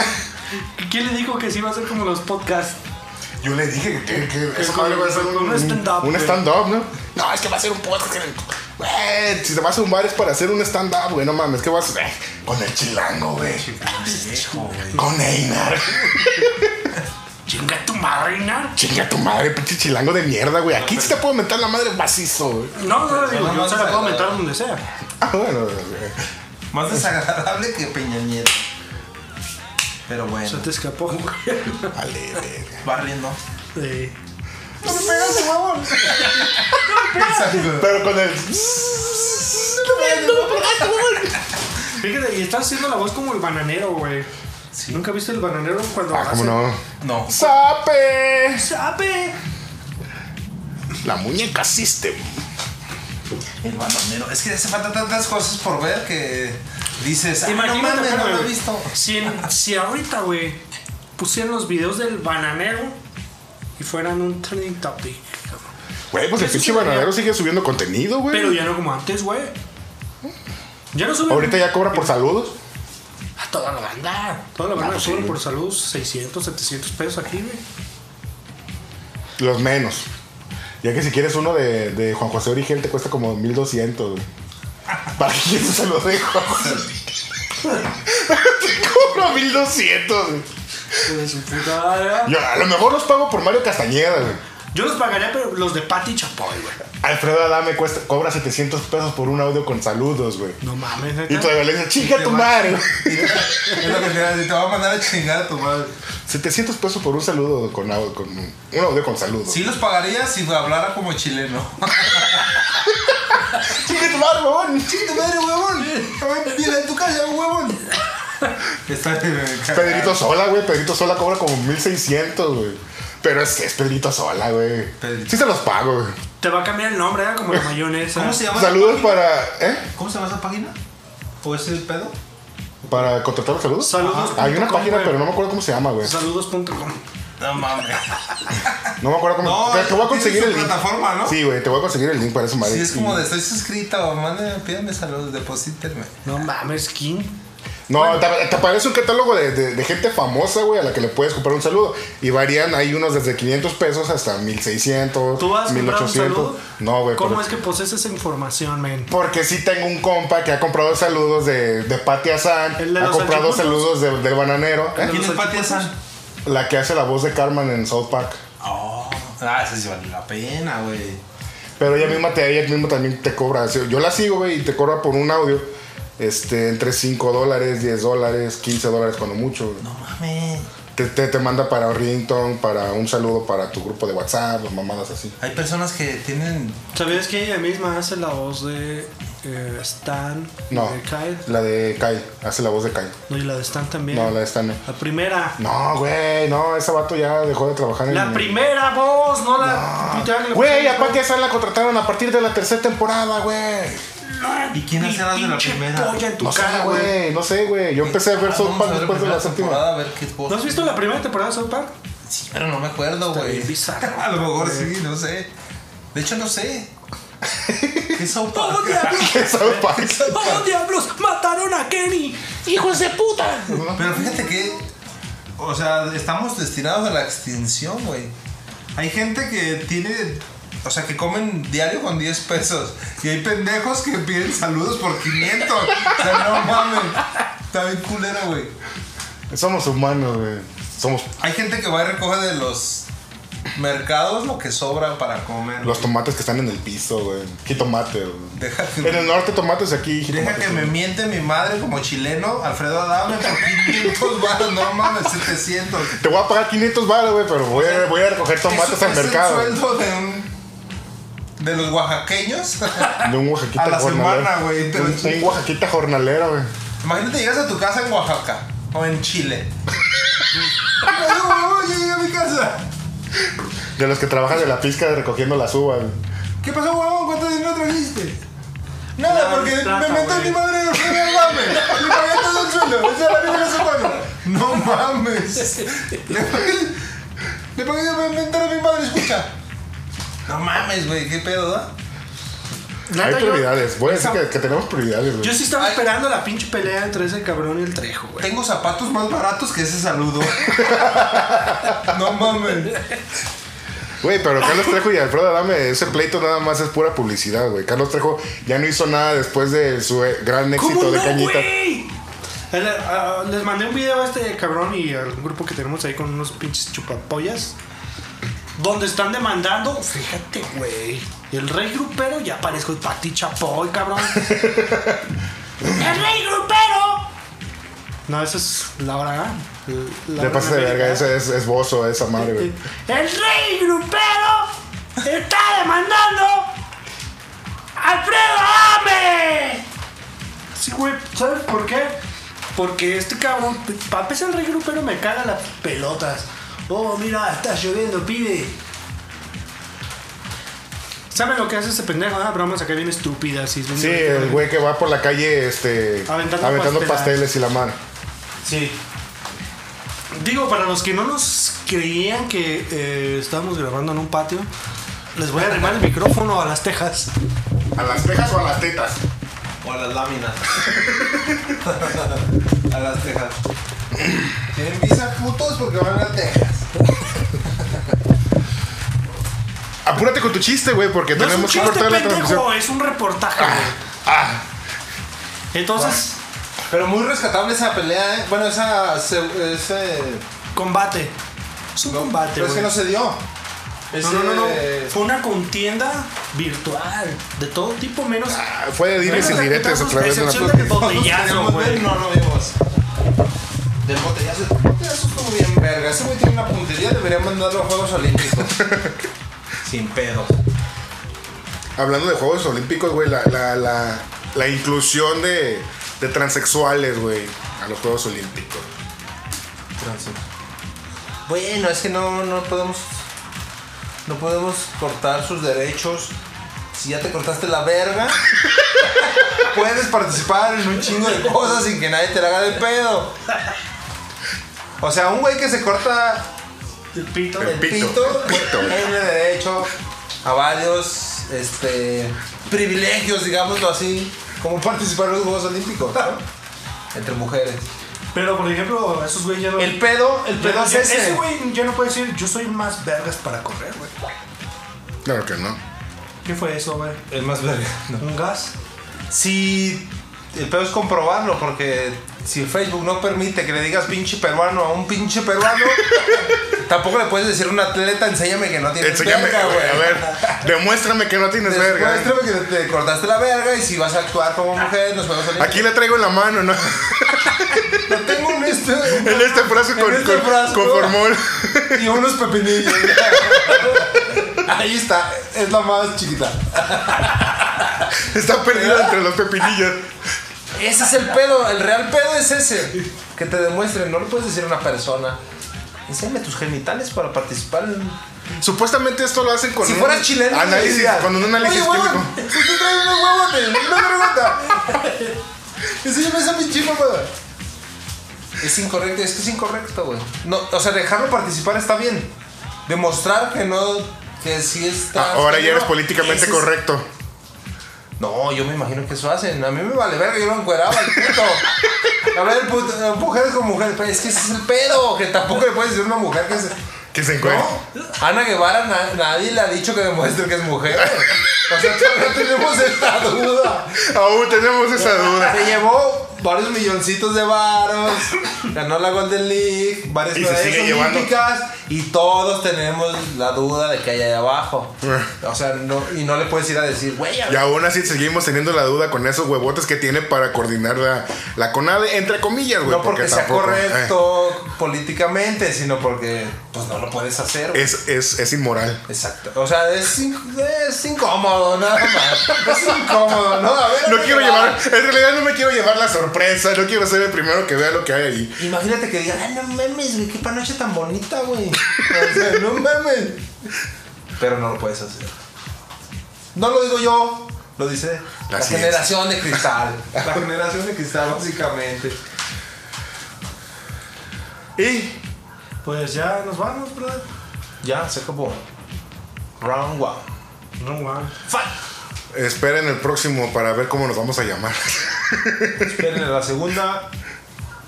[SPEAKER 2] ¿Quién le dijo que sí iba a ser como los podcasts?
[SPEAKER 1] Yo le dije que, que, que
[SPEAKER 2] Es como- como un stand-up,
[SPEAKER 1] Un
[SPEAKER 2] güey.
[SPEAKER 1] stand-up, ¿no? No, es que va a ser un podcast. que- Güey, si te vas a un bar es para hacer un stand-up, güey. No mames, ¿qué vas a hacer? Con el chilango, güey. Con Einar.
[SPEAKER 2] Chinga tu madre, Inar.
[SPEAKER 1] Chinga tu madre, pinche chilango de mierda, güey. Aquí sí te puedo mentar la madre macizo, güey.
[SPEAKER 2] No, no, digo,
[SPEAKER 4] no,
[SPEAKER 2] yo
[SPEAKER 4] no,
[SPEAKER 2] se la
[SPEAKER 4] no,
[SPEAKER 2] puedo
[SPEAKER 4] no.
[SPEAKER 2] meter donde sea.
[SPEAKER 1] Ah, bueno, güey.
[SPEAKER 4] Más desagradable que Peña Nieto.
[SPEAKER 3] Pero bueno,
[SPEAKER 2] Se te escapó, güey.
[SPEAKER 1] Vale, verga.
[SPEAKER 3] va riendo.
[SPEAKER 2] Sí.
[SPEAKER 1] No me pegas de huevo. Pero con el.
[SPEAKER 2] Fíjate, y estás haciendo la voz como el bananero, güey. ¿Nunca viste el bananero cuando
[SPEAKER 1] Ah,
[SPEAKER 2] hace-
[SPEAKER 1] cómo no.
[SPEAKER 3] No.
[SPEAKER 1] ¡Sape!
[SPEAKER 2] ¡Sabe!
[SPEAKER 3] Ah,
[SPEAKER 1] La muñeca System.
[SPEAKER 3] El bananero. Es que hace falta tantas cosas por ver que dices, ah, no
[SPEAKER 2] Imagínate,
[SPEAKER 3] mames, no lo he
[SPEAKER 2] güey,
[SPEAKER 3] visto.
[SPEAKER 2] Si, en- si ahorita, güey, pusieran los videos del bananero y fueran un trending topic. cabrón.
[SPEAKER 1] Güey, pues el
[SPEAKER 2] Eso
[SPEAKER 1] pinche
[SPEAKER 2] sería-
[SPEAKER 1] bananero sigue subiendo contenido, güey.
[SPEAKER 2] Pero ya no como antes, güey. Ya no suben.
[SPEAKER 1] Ahorita ya cobra por saludos.
[SPEAKER 2] A toda la banda. Toda la
[SPEAKER 1] Ah,
[SPEAKER 2] banda
[SPEAKER 1] pues sí,
[SPEAKER 2] suben
[SPEAKER 1] güey.
[SPEAKER 2] por salud 600, 700 pesos aquí, güey.
[SPEAKER 1] Los menos. Ya que si quieres uno de, de Juan José Origel te cuesta como 1200, güey. ¿Para qué quieres se lo dejo? te cobro 1200, güey.
[SPEAKER 2] Hijo de su puta madre.
[SPEAKER 1] Yo a lo mejor los pago por Mario Castañeda, güey.
[SPEAKER 2] Yo los pagaría, pero los de Pati Chapoy, güey.
[SPEAKER 1] Alfredo Adame cuesta, cobra 700 pesos por un audio con saludos, güey.
[SPEAKER 2] No mames,
[SPEAKER 1] Y
[SPEAKER 2] neta.
[SPEAKER 1] todavía le dicen, chinga
[SPEAKER 3] Te
[SPEAKER 1] tu
[SPEAKER 3] va-
[SPEAKER 1] madre. güey.
[SPEAKER 3] Es lo que te iba a decir, te va a mandar a chingar a tu madre.
[SPEAKER 1] 700 pesos por un saludo con audio, con un audio con saludos.
[SPEAKER 3] Sí los pagaría si hablara como chileno. ¡Ah,
[SPEAKER 1] Chinga tu madre, huevón.
[SPEAKER 3] ¡Chinga madre, huevón! ¡Viene de tu casa, huevón! Está bien,
[SPEAKER 1] Pedrito Sola, güey. Pedrito Sola cobra como 1600, güey. Pero es que es Pedrito Sola, güey.
[SPEAKER 3] Pedrito.
[SPEAKER 1] Sí se los pago, güey.
[SPEAKER 2] Te va a cambiar el nombre, ¿eh? como la mayonesa.
[SPEAKER 3] ¿Cómo se llama?
[SPEAKER 1] Saludos
[SPEAKER 3] esa página?
[SPEAKER 1] para. ¿Eh?
[SPEAKER 3] ¿Cómo se llama esa página? ¿O ese pedo?
[SPEAKER 1] ¿Para contratar los saludos?
[SPEAKER 2] Saludos.
[SPEAKER 1] Hay una
[SPEAKER 2] punto com,
[SPEAKER 1] página,
[SPEAKER 2] güey.
[SPEAKER 1] pero no me acuerdo cómo se llama, güey.
[SPEAKER 2] Saludos.com.
[SPEAKER 3] No mames.
[SPEAKER 1] No me acuerdo cómo.
[SPEAKER 3] No,
[SPEAKER 1] te, te voy
[SPEAKER 3] tiene
[SPEAKER 1] a conseguir
[SPEAKER 3] su
[SPEAKER 1] el link.
[SPEAKER 3] plataforma, ¿no?
[SPEAKER 1] Sí, güey, te voy a conseguir el link para eso, madre.
[SPEAKER 3] Sí, es como de estoy suscrita o mándenme, pídanme saludos, deposítenme.
[SPEAKER 2] No mames, King.
[SPEAKER 1] No, te, te aparece un catálogo de, de- de gente famosa, güey, a la que le puedes comprar un saludo. Y varían, hay unos desde 500 pesos hasta 1600,
[SPEAKER 2] ¿Tú vas a comprar un
[SPEAKER 1] 1800.
[SPEAKER 2] saludo?
[SPEAKER 1] No, güey.
[SPEAKER 2] ¿Cómo
[SPEAKER 1] pero-
[SPEAKER 2] es que posees esa información, men?
[SPEAKER 1] Porque sí tengo un compa que ha comprado saludos de, de Patti Hassan,
[SPEAKER 2] El de
[SPEAKER 1] ha
[SPEAKER 2] los
[SPEAKER 1] comprado
[SPEAKER 2] salchiputos.
[SPEAKER 1] saludos de- del bananero, ¿eh?
[SPEAKER 3] ¿Quién es
[SPEAKER 2] los
[SPEAKER 3] Pati
[SPEAKER 2] salchipapas?
[SPEAKER 3] Hassan?
[SPEAKER 1] la que hace la voz de Carmen en South Park.
[SPEAKER 3] Oh, ah, ese sí vale la pena, güey.
[SPEAKER 1] Pero ella misma, te, ella misma también te cobra. O sea, Yo la sigo, güey, y te cobra por un audio este, entre 5 dólares, 10 dólares, 15 dólares, cuando mucho. güey.
[SPEAKER 3] No mames.
[SPEAKER 1] Te, te, te manda para Rington, para un saludo para tu grupo de WhatsApp, las mamadas así.
[SPEAKER 3] Hay personas que tienen.
[SPEAKER 2] ¿Sabías que ella misma hace la voz de eh, Stan? y
[SPEAKER 1] No,
[SPEAKER 2] De Kyle.
[SPEAKER 1] la de Kai, hace la voz de Kai.
[SPEAKER 2] No, y la de Stan también.
[SPEAKER 1] No, la de Stan. no.
[SPEAKER 2] La primera.
[SPEAKER 1] No, güey, no, ese vato ya dejó de trabajar en
[SPEAKER 2] La primera voz, no la.
[SPEAKER 1] Ah,
[SPEAKER 2] puta que le
[SPEAKER 1] Güey,
[SPEAKER 2] pusieron.
[SPEAKER 1] a Pati Hassan la contrataron a partir de la tercera temporada, güey.
[SPEAKER 3] ¿Y quién hace las de la
[SPEAKER 2] Pinche
[SPEAKER 3] primera? Ah,
[SPEAKER 2] polla en tu
[SPEAKER 1] No sé,
[SPEAKER 2] cara, güey. Ah,
[SPEAKER 1] güey, no sé, güey. Yo empecé a ver South
[SPEAKER 3] Vamos a
[SPEAKER 1] Park
[SPEAKER 3] ver
[SPEAKER 1] después de la
[SPEAKER 3] primera
[SPEAKER 1] séptima.
[SPEAKER 3] temporada, A ver qué voz.
[SPEAKER 2] ¿No has visto la primera temporada de South Park?
[SPEAKER 3] Sí, pero no me acuerdo,
[SPEAKER 2] Está
[SPEAKER 3] güey.
[SPEAKER 2] bien bizarro,
[SPEAKER 3] A lo mejor
[SPEAKER 2] güey.
[SPEAKER 3] sí, no sé. De hecho, no sé. ¿Qué es
[SPEAKER 2] ¡Oh, diablos!
[SPEAKER 1] ¿Qué es South Park?
[SPEAKER 2] ¡Oh, diablos! ¡Mataron a Kenny! ¡Hijos de puta!
[SPEAKER 3] Pero fíjate que. O sea, estamos destinados a la extinción, güey. Hay gente que tiene. O sea, que comen diario con 10 pesos. Y hay pendejos que piden saludos por 500. O sea, no mames. Está bien culera, güey.
[SPEAKER 1] Somos humanos, güey. Somos
[SPEAKER 3] Hay gente que va y recoge de los mercados lo que sobra para comer.
[SPEAKER 1] los tomates que están en el piso, güey. Jitomate, güey.
[SPEAKER 3] Deja que
[SPEAKER 1] En el norte tomates aquí,
[SPEAKER 3] Deja
[SPEAKER 1] jitomates.
[SPEAKER 3] que me miente mi madre como chileno, Alfredo Adame, por 500 baros, no mames, 700.
[SPEAKER 1] Te voy a pagar 500 baros, güey, pero voy a, voy a recoger tomates
[SPEAKER 3] Eso
[SPEAKER 1] al
[SPEAKER 3] es el
[SPEAKER 1] mercado.
[SPEAKER 3] sueldo de un... De los oaxaqueños.
[SPEAKER 1] De un
[SPEAKER 3] A
[SPEAKER 1] oaxaquita
[SPEAKER 3] la
[SPEAKER 1] jornalero.
[SPEAKER 3] semana, güey, te lo
[SPEAKER 1] Un, un
[SPEAKER 3] chingo.
[SPEAKER 1] oaxaquita jornalero, güey.
[SPEAKER 3] Imagínate llegas a tu casa en Oaxaca o en Chile. Oye, oye, llegué a mi casa.
[SPEAKER 1] De los que trabajan de la pizca de recogiendo las uvas, güey.
[SPEAKER 3] ¿Qué pasó, huevón? ¿Cuánto dinero trajiste? Nada,
[SPEAKER 2] No,
[SPEAKER 3] porque
[SPEAKER 2] no trata,
[SPEAKER 3] me meto en
[SPEAKER 2] güey.
[SPEAKER 3] mi madre no mames. Le pagué todo el sueldo. Esa es la misma semana. No mames. Le pagué, le pagué el inventario a mi madre, escucha. No mames, güey, qué pedo, ¿da?
[SPEAKER 1] Hay
[SPEAKER 2] Neta, yo-
[SPEAKER 1] prioridades. Voy a decir
[SPEAKER 2] esa-
[SPEAKER 1] que, que tenemos prioridades, güey.
[SPEAKER 2] Yo sí estaba
[SPEAKER 3] Ay.
[SPEAKER 2] esperando la pinche pelea entre ese cabrón y el Trejo, güey.
[SPEAKER 3] Tengo zapatos más baratos que ese saludo. No mames.
[SPEAKER 1] Güey, pero Carlos Trejo y Alfredo Adame, ese pleito nada más es pura publicidad, güey. Carlos Trejo ya no hizo nada después de su eh, gran éxito de Cañita.
[SPEAKER 2] güey? El, ah, Les mandé un video a este cabrón y al grupo que tenemos ahí con unos pinches chupapollas. Donde están demandando, fíjate, güey. El rey grupero ya parezco el Pati Chapoy, cabrón. el rey grupero No, esa es la hora. La
[SPEAKER 1] Ya
[SPEAKER 2] hora
[SPEAKER 1] pasé de
[SPEAKER 2] América.
[SPEAKER 1] verga, ese es esbozo, esa madre, güey.
[SPEAKER 2] Este, El rey grupero está demandando a Alfredo Ame. Sí, güey, ¿sabes por qué? Porque este cabrón, para empezar el rey grupero me caga las pelotas. Oh, mira, está lloviendo, pibe. ¿Saben lo que hace ese pendejo? Ah, bromas acá bien estúpidas. y bien
[SPEAKER 1] Sí,
[SPEAKER 2] divertidas.
[SPEAKER 1] el güey que va por la calle, este.
[SPEAKER 2] Aventando
[SPEAKER 1] Aventando,
[SPEAKER 2] pasteles.
[SPEAKER 1] pasteles y la mano.
[SPEAKER 2] Sí. Digo, para los que no nos creían que eh, estábamos grabando en un patio, les voy a arrimar el micrófono a las tejas.
[SPEAKER 1] ¿A las tejas o a las tetas?
[SPEAKER 3] O a las láminas.
[SPEAKER 5] A las tejas.
[SPEAKER 3] Tienen visa putos porque van a Texas.
[SPEAKER 1] Apúrate con tu chiste, güey, porque
[SPEAKER 2] No es un
[SPEAKER 1] tenemos que
[SPEAKER 2] chiste,
[SPEAKER 1] cortar la transmisión.
[SPEAKER 2] pendejo, es un reportaje. güey.
[SPEAKER 1] Ah,
[SPEAKER 2] Entonces,
[SPEAKER 3] Pero muy rescatable esa pelea, ¿eh? Bueno, esa. se- ese.
[SPEAKER 2] combate. Es un combate,
[SPEAKER 3] Pero es que
[SPEAKER 2] güey.
[SPEAKER 3] no eh, se dio.
[SPEAKER 2] No,
[SPEAKER 3] Ese-
[SPEAKER 2] no, no, no. Fue una contienda virtual, de todo tipo, menos...
[SPEAKER 1] ah, fue de dimes y
[SPEAKER 2] menos
[SPEAKER 1] diretes a
[SPEAKER 2] putazos,
[SPEAKER 1] través de la
[SPEAKER 2] excepción
[SPEAKER 1] plática.
[SPEAKER 2] del botellazo,
[SPEAKER 3] Queríamos ver,
[SPEAKER 2] güey.
[SPEAKER 3] No, no vimos. Del botellazo. El botellazo estuvo bien verga. Ese güey tiene una puntería, debería mandarlo a Juegos Olímpicos. Sin pedo.
[SPEAKER 1] Hablando de Juegos Olímpicos, güey, la, la, la, la inclusión de, de transexuales, güey, a los Juegos Olímpicos.
[SPEAKER 3] Bueno, es que no, no podemos. No podemos cortar sus derechos. Si ya te cortaste la verga, puedes participar en un chingo de cosas sin que nadie te la haga de pedo. O sea, un güey que se corta
[SPEAKER 2] El pito.
[SPEAKER 1] El
[SPEAKER 3] el
[SPEAKER 1] pito,
[SPEAKER 3] pito,
[SPEAKER 1] el pito.
[SPEAKER 3] tiene derecho a varios este, privilegios, digámoslo así, como participar en los Juegos Olímpicos, ¿no? Entre mujeres.
[SPEAKER 2] Pero, por ejemplo, esos güeyes ya no...
[SPEAKER 3] El pedo, el
[SPEAKER 2] ya-
[SPEAKER 3] pedo es
[SPEAKER 2] ya-
[SPEAKER 3] ese.
[SPEAKER 2] Ese güey ya no puede decir, yo soy más vergas para correr, güey.
[SPEAKER 1] Claro que no.
[SPEAKER 2] ¿Qué fue eso, güey?
[SPEAKER 3] El más verga.
[SPEAKER 2] ¿Un gas?
[SPEAKER 3] Si el pedo es comprobarlo, porque si Facebook no permite que le digas pinche peruano a un pinche peruano, tampoco le puedes decir a un atleta, enséñame que no tienes
[SPEAKER 1] Enséñame,
[SPEAKER 3] verga,
[SPEAKER 1] güey, a ver, demuéstrame que no tienes verga. ¿eh?
[SPEAKER 3] Demuéstrame que te cortaste la verga y si vas a actuar como mujer, nos vemos en
[SPEAKER 1] Aquí la traigo en la mano, ¿no?
[SPEAKER 3] No tengo un este.
[SPEAKER 1] En este frasco
[SPEAKER 3] En
[SPEAKER 1] con,
[SPEAKER 3] este
[SPEAKER 1] con-
[SPEAKER 3] frasco.
[SPEAKER 1] con formol.
[SPEAKER 3] Y unos pepinillos. Ahí está, es la más chiquita.
[SPEAKER 1] Está perdida entre los pepinillos.
[SPEAKER 3] Ese es el pedo, el real pedo es ese. Que te demuestren, no le puedes decir a una persona. Enséñame tus genitales para participar en.
[SPEAKER 1] Supuestamente esto lo hacen con
[SPEAKER 3] si
[SPEAKER 1] un
[SPEAKER 3] fueras chileno,
[SPEAKER 1] análisis, con un análisis
[SPEAKER 3] químico.
[SPEAKER 1] químico.
[SPEAKER 3] Si te traes unos huevotes, una pregunta. Enséñame esa pinche mamada. Es incorrecto, es que es incorrecto, güey. No, o sea, dejarlo participar está bien. Demostrar que no, que sí está.
[SPEAKER 1] Ah, Ahora ya eres
[SPEAKER 3] no,
[SPEAKER 1] políticamente
[SPEAKER 3] ese es-
[SPEAKER 1] correcto.
[SPEAKER 3] no, yo me imagino que eso hacen. A mí me vale verga, yo lo encueraba el puto. A ver, puto, mujeres con mujeres. Pues es que ese es el pedo, que tampoco le puedes decir a una mujer que se.
[SPEAKER 1] Que se encuentra.
[SPEAKER 3] ¿No? Ana Guevara, na- nadie le ha dicho que demuestre que es mujer. O sea, todavía tenemos esta duda.
[SPEAKER 1] Aún tenemos esa duda.
[SPEAKER 3] Se llevó varios milloncitos de varos, ganó la Golden League, varias
[SPEAKER 1] Y se sigue
[SPEAKER 3] medallas
[SPEAKER 1] llevando.
[SPEAKER 3] olímpicas y todos tenemos la duda de que hay ahí abajo. O sea, no, y no le puedes ir a decir, güey, a
[SPEAKER 1] Y aún así seguimos teniendo la duda con esos huevotes que tiene para coordinar la, la CONADE, entre comillas, güey.
[SPEAKER 3] No porque, sea
[SPEAKER 1] tampoco, eh.
[SPEAKER 3] correcto políticamente, sino porque pues no lo puedes hacer.
[SPEAKER 1] eh,
[SPEAKER 3] güey.
[SPEAKER 1] es, es, es inmoral.
[SPEAKER 3] Exacto. O sea, es, in- es incómodo, nada más. Es incómodo, ¿no? A ver,
[SPEAKER 1] No
[SPEAKER 3] a
[SPEAKER 1] quiero
[SPEAKER 3] ver.
[SPEAKER 1] llevar, en realidad no me quiero llevar la sorpresa, no quiero ser el primero que vea lo que hay ahí.
[SPEAKER 3] Imagínate que digan, ay, no mames, güey, qué panoche tan bonita, güey. O sea, no mames. Pero no lo puedes hacer. No lo digo yo, lo dice la,
[SPEAKER 1] ciencia.
[SPEAKER 3] generación de cristal. La generación de cristal, básicamente.
[SPEAKER 1] Y
[SPEAKER 2] Pues ya nos vamos, brother.
[SPEAKER 3] Ya, se acabó. Round one.
[SPEAKER 2] No, man.
[SPEAKER 1] esperen el próximo para ver cómo nos vamos a llamar.
[SPEAKER 3] Esperen la segunda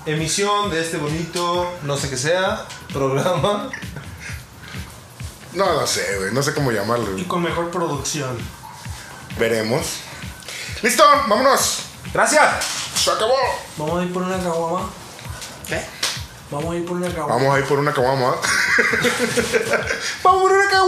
[SPEAKER 3] emisión de este bonito, no sé qué sea, programa.
[SPEAKER 1] No lo sé, güey, no sé cómo llamarlo.
[SPEAKER 2] Y
[SPEAKER 1] güey.
[SPEAKER 2] con mejor producción.
[SPEAKER 1] Veremos. ¡Listo! ¡Vámonos!
[SPEAKER 3] ¡Gracias!
[SPEAKER 1] ¡Se acabó!
[SPEAKER 2] Vamos a ir por una caguama. ¿Qué? Vamos a ir por una caguama.
[SPEAKER 1] Vamos a ir por una caguama. ¡Vamos por una caguama!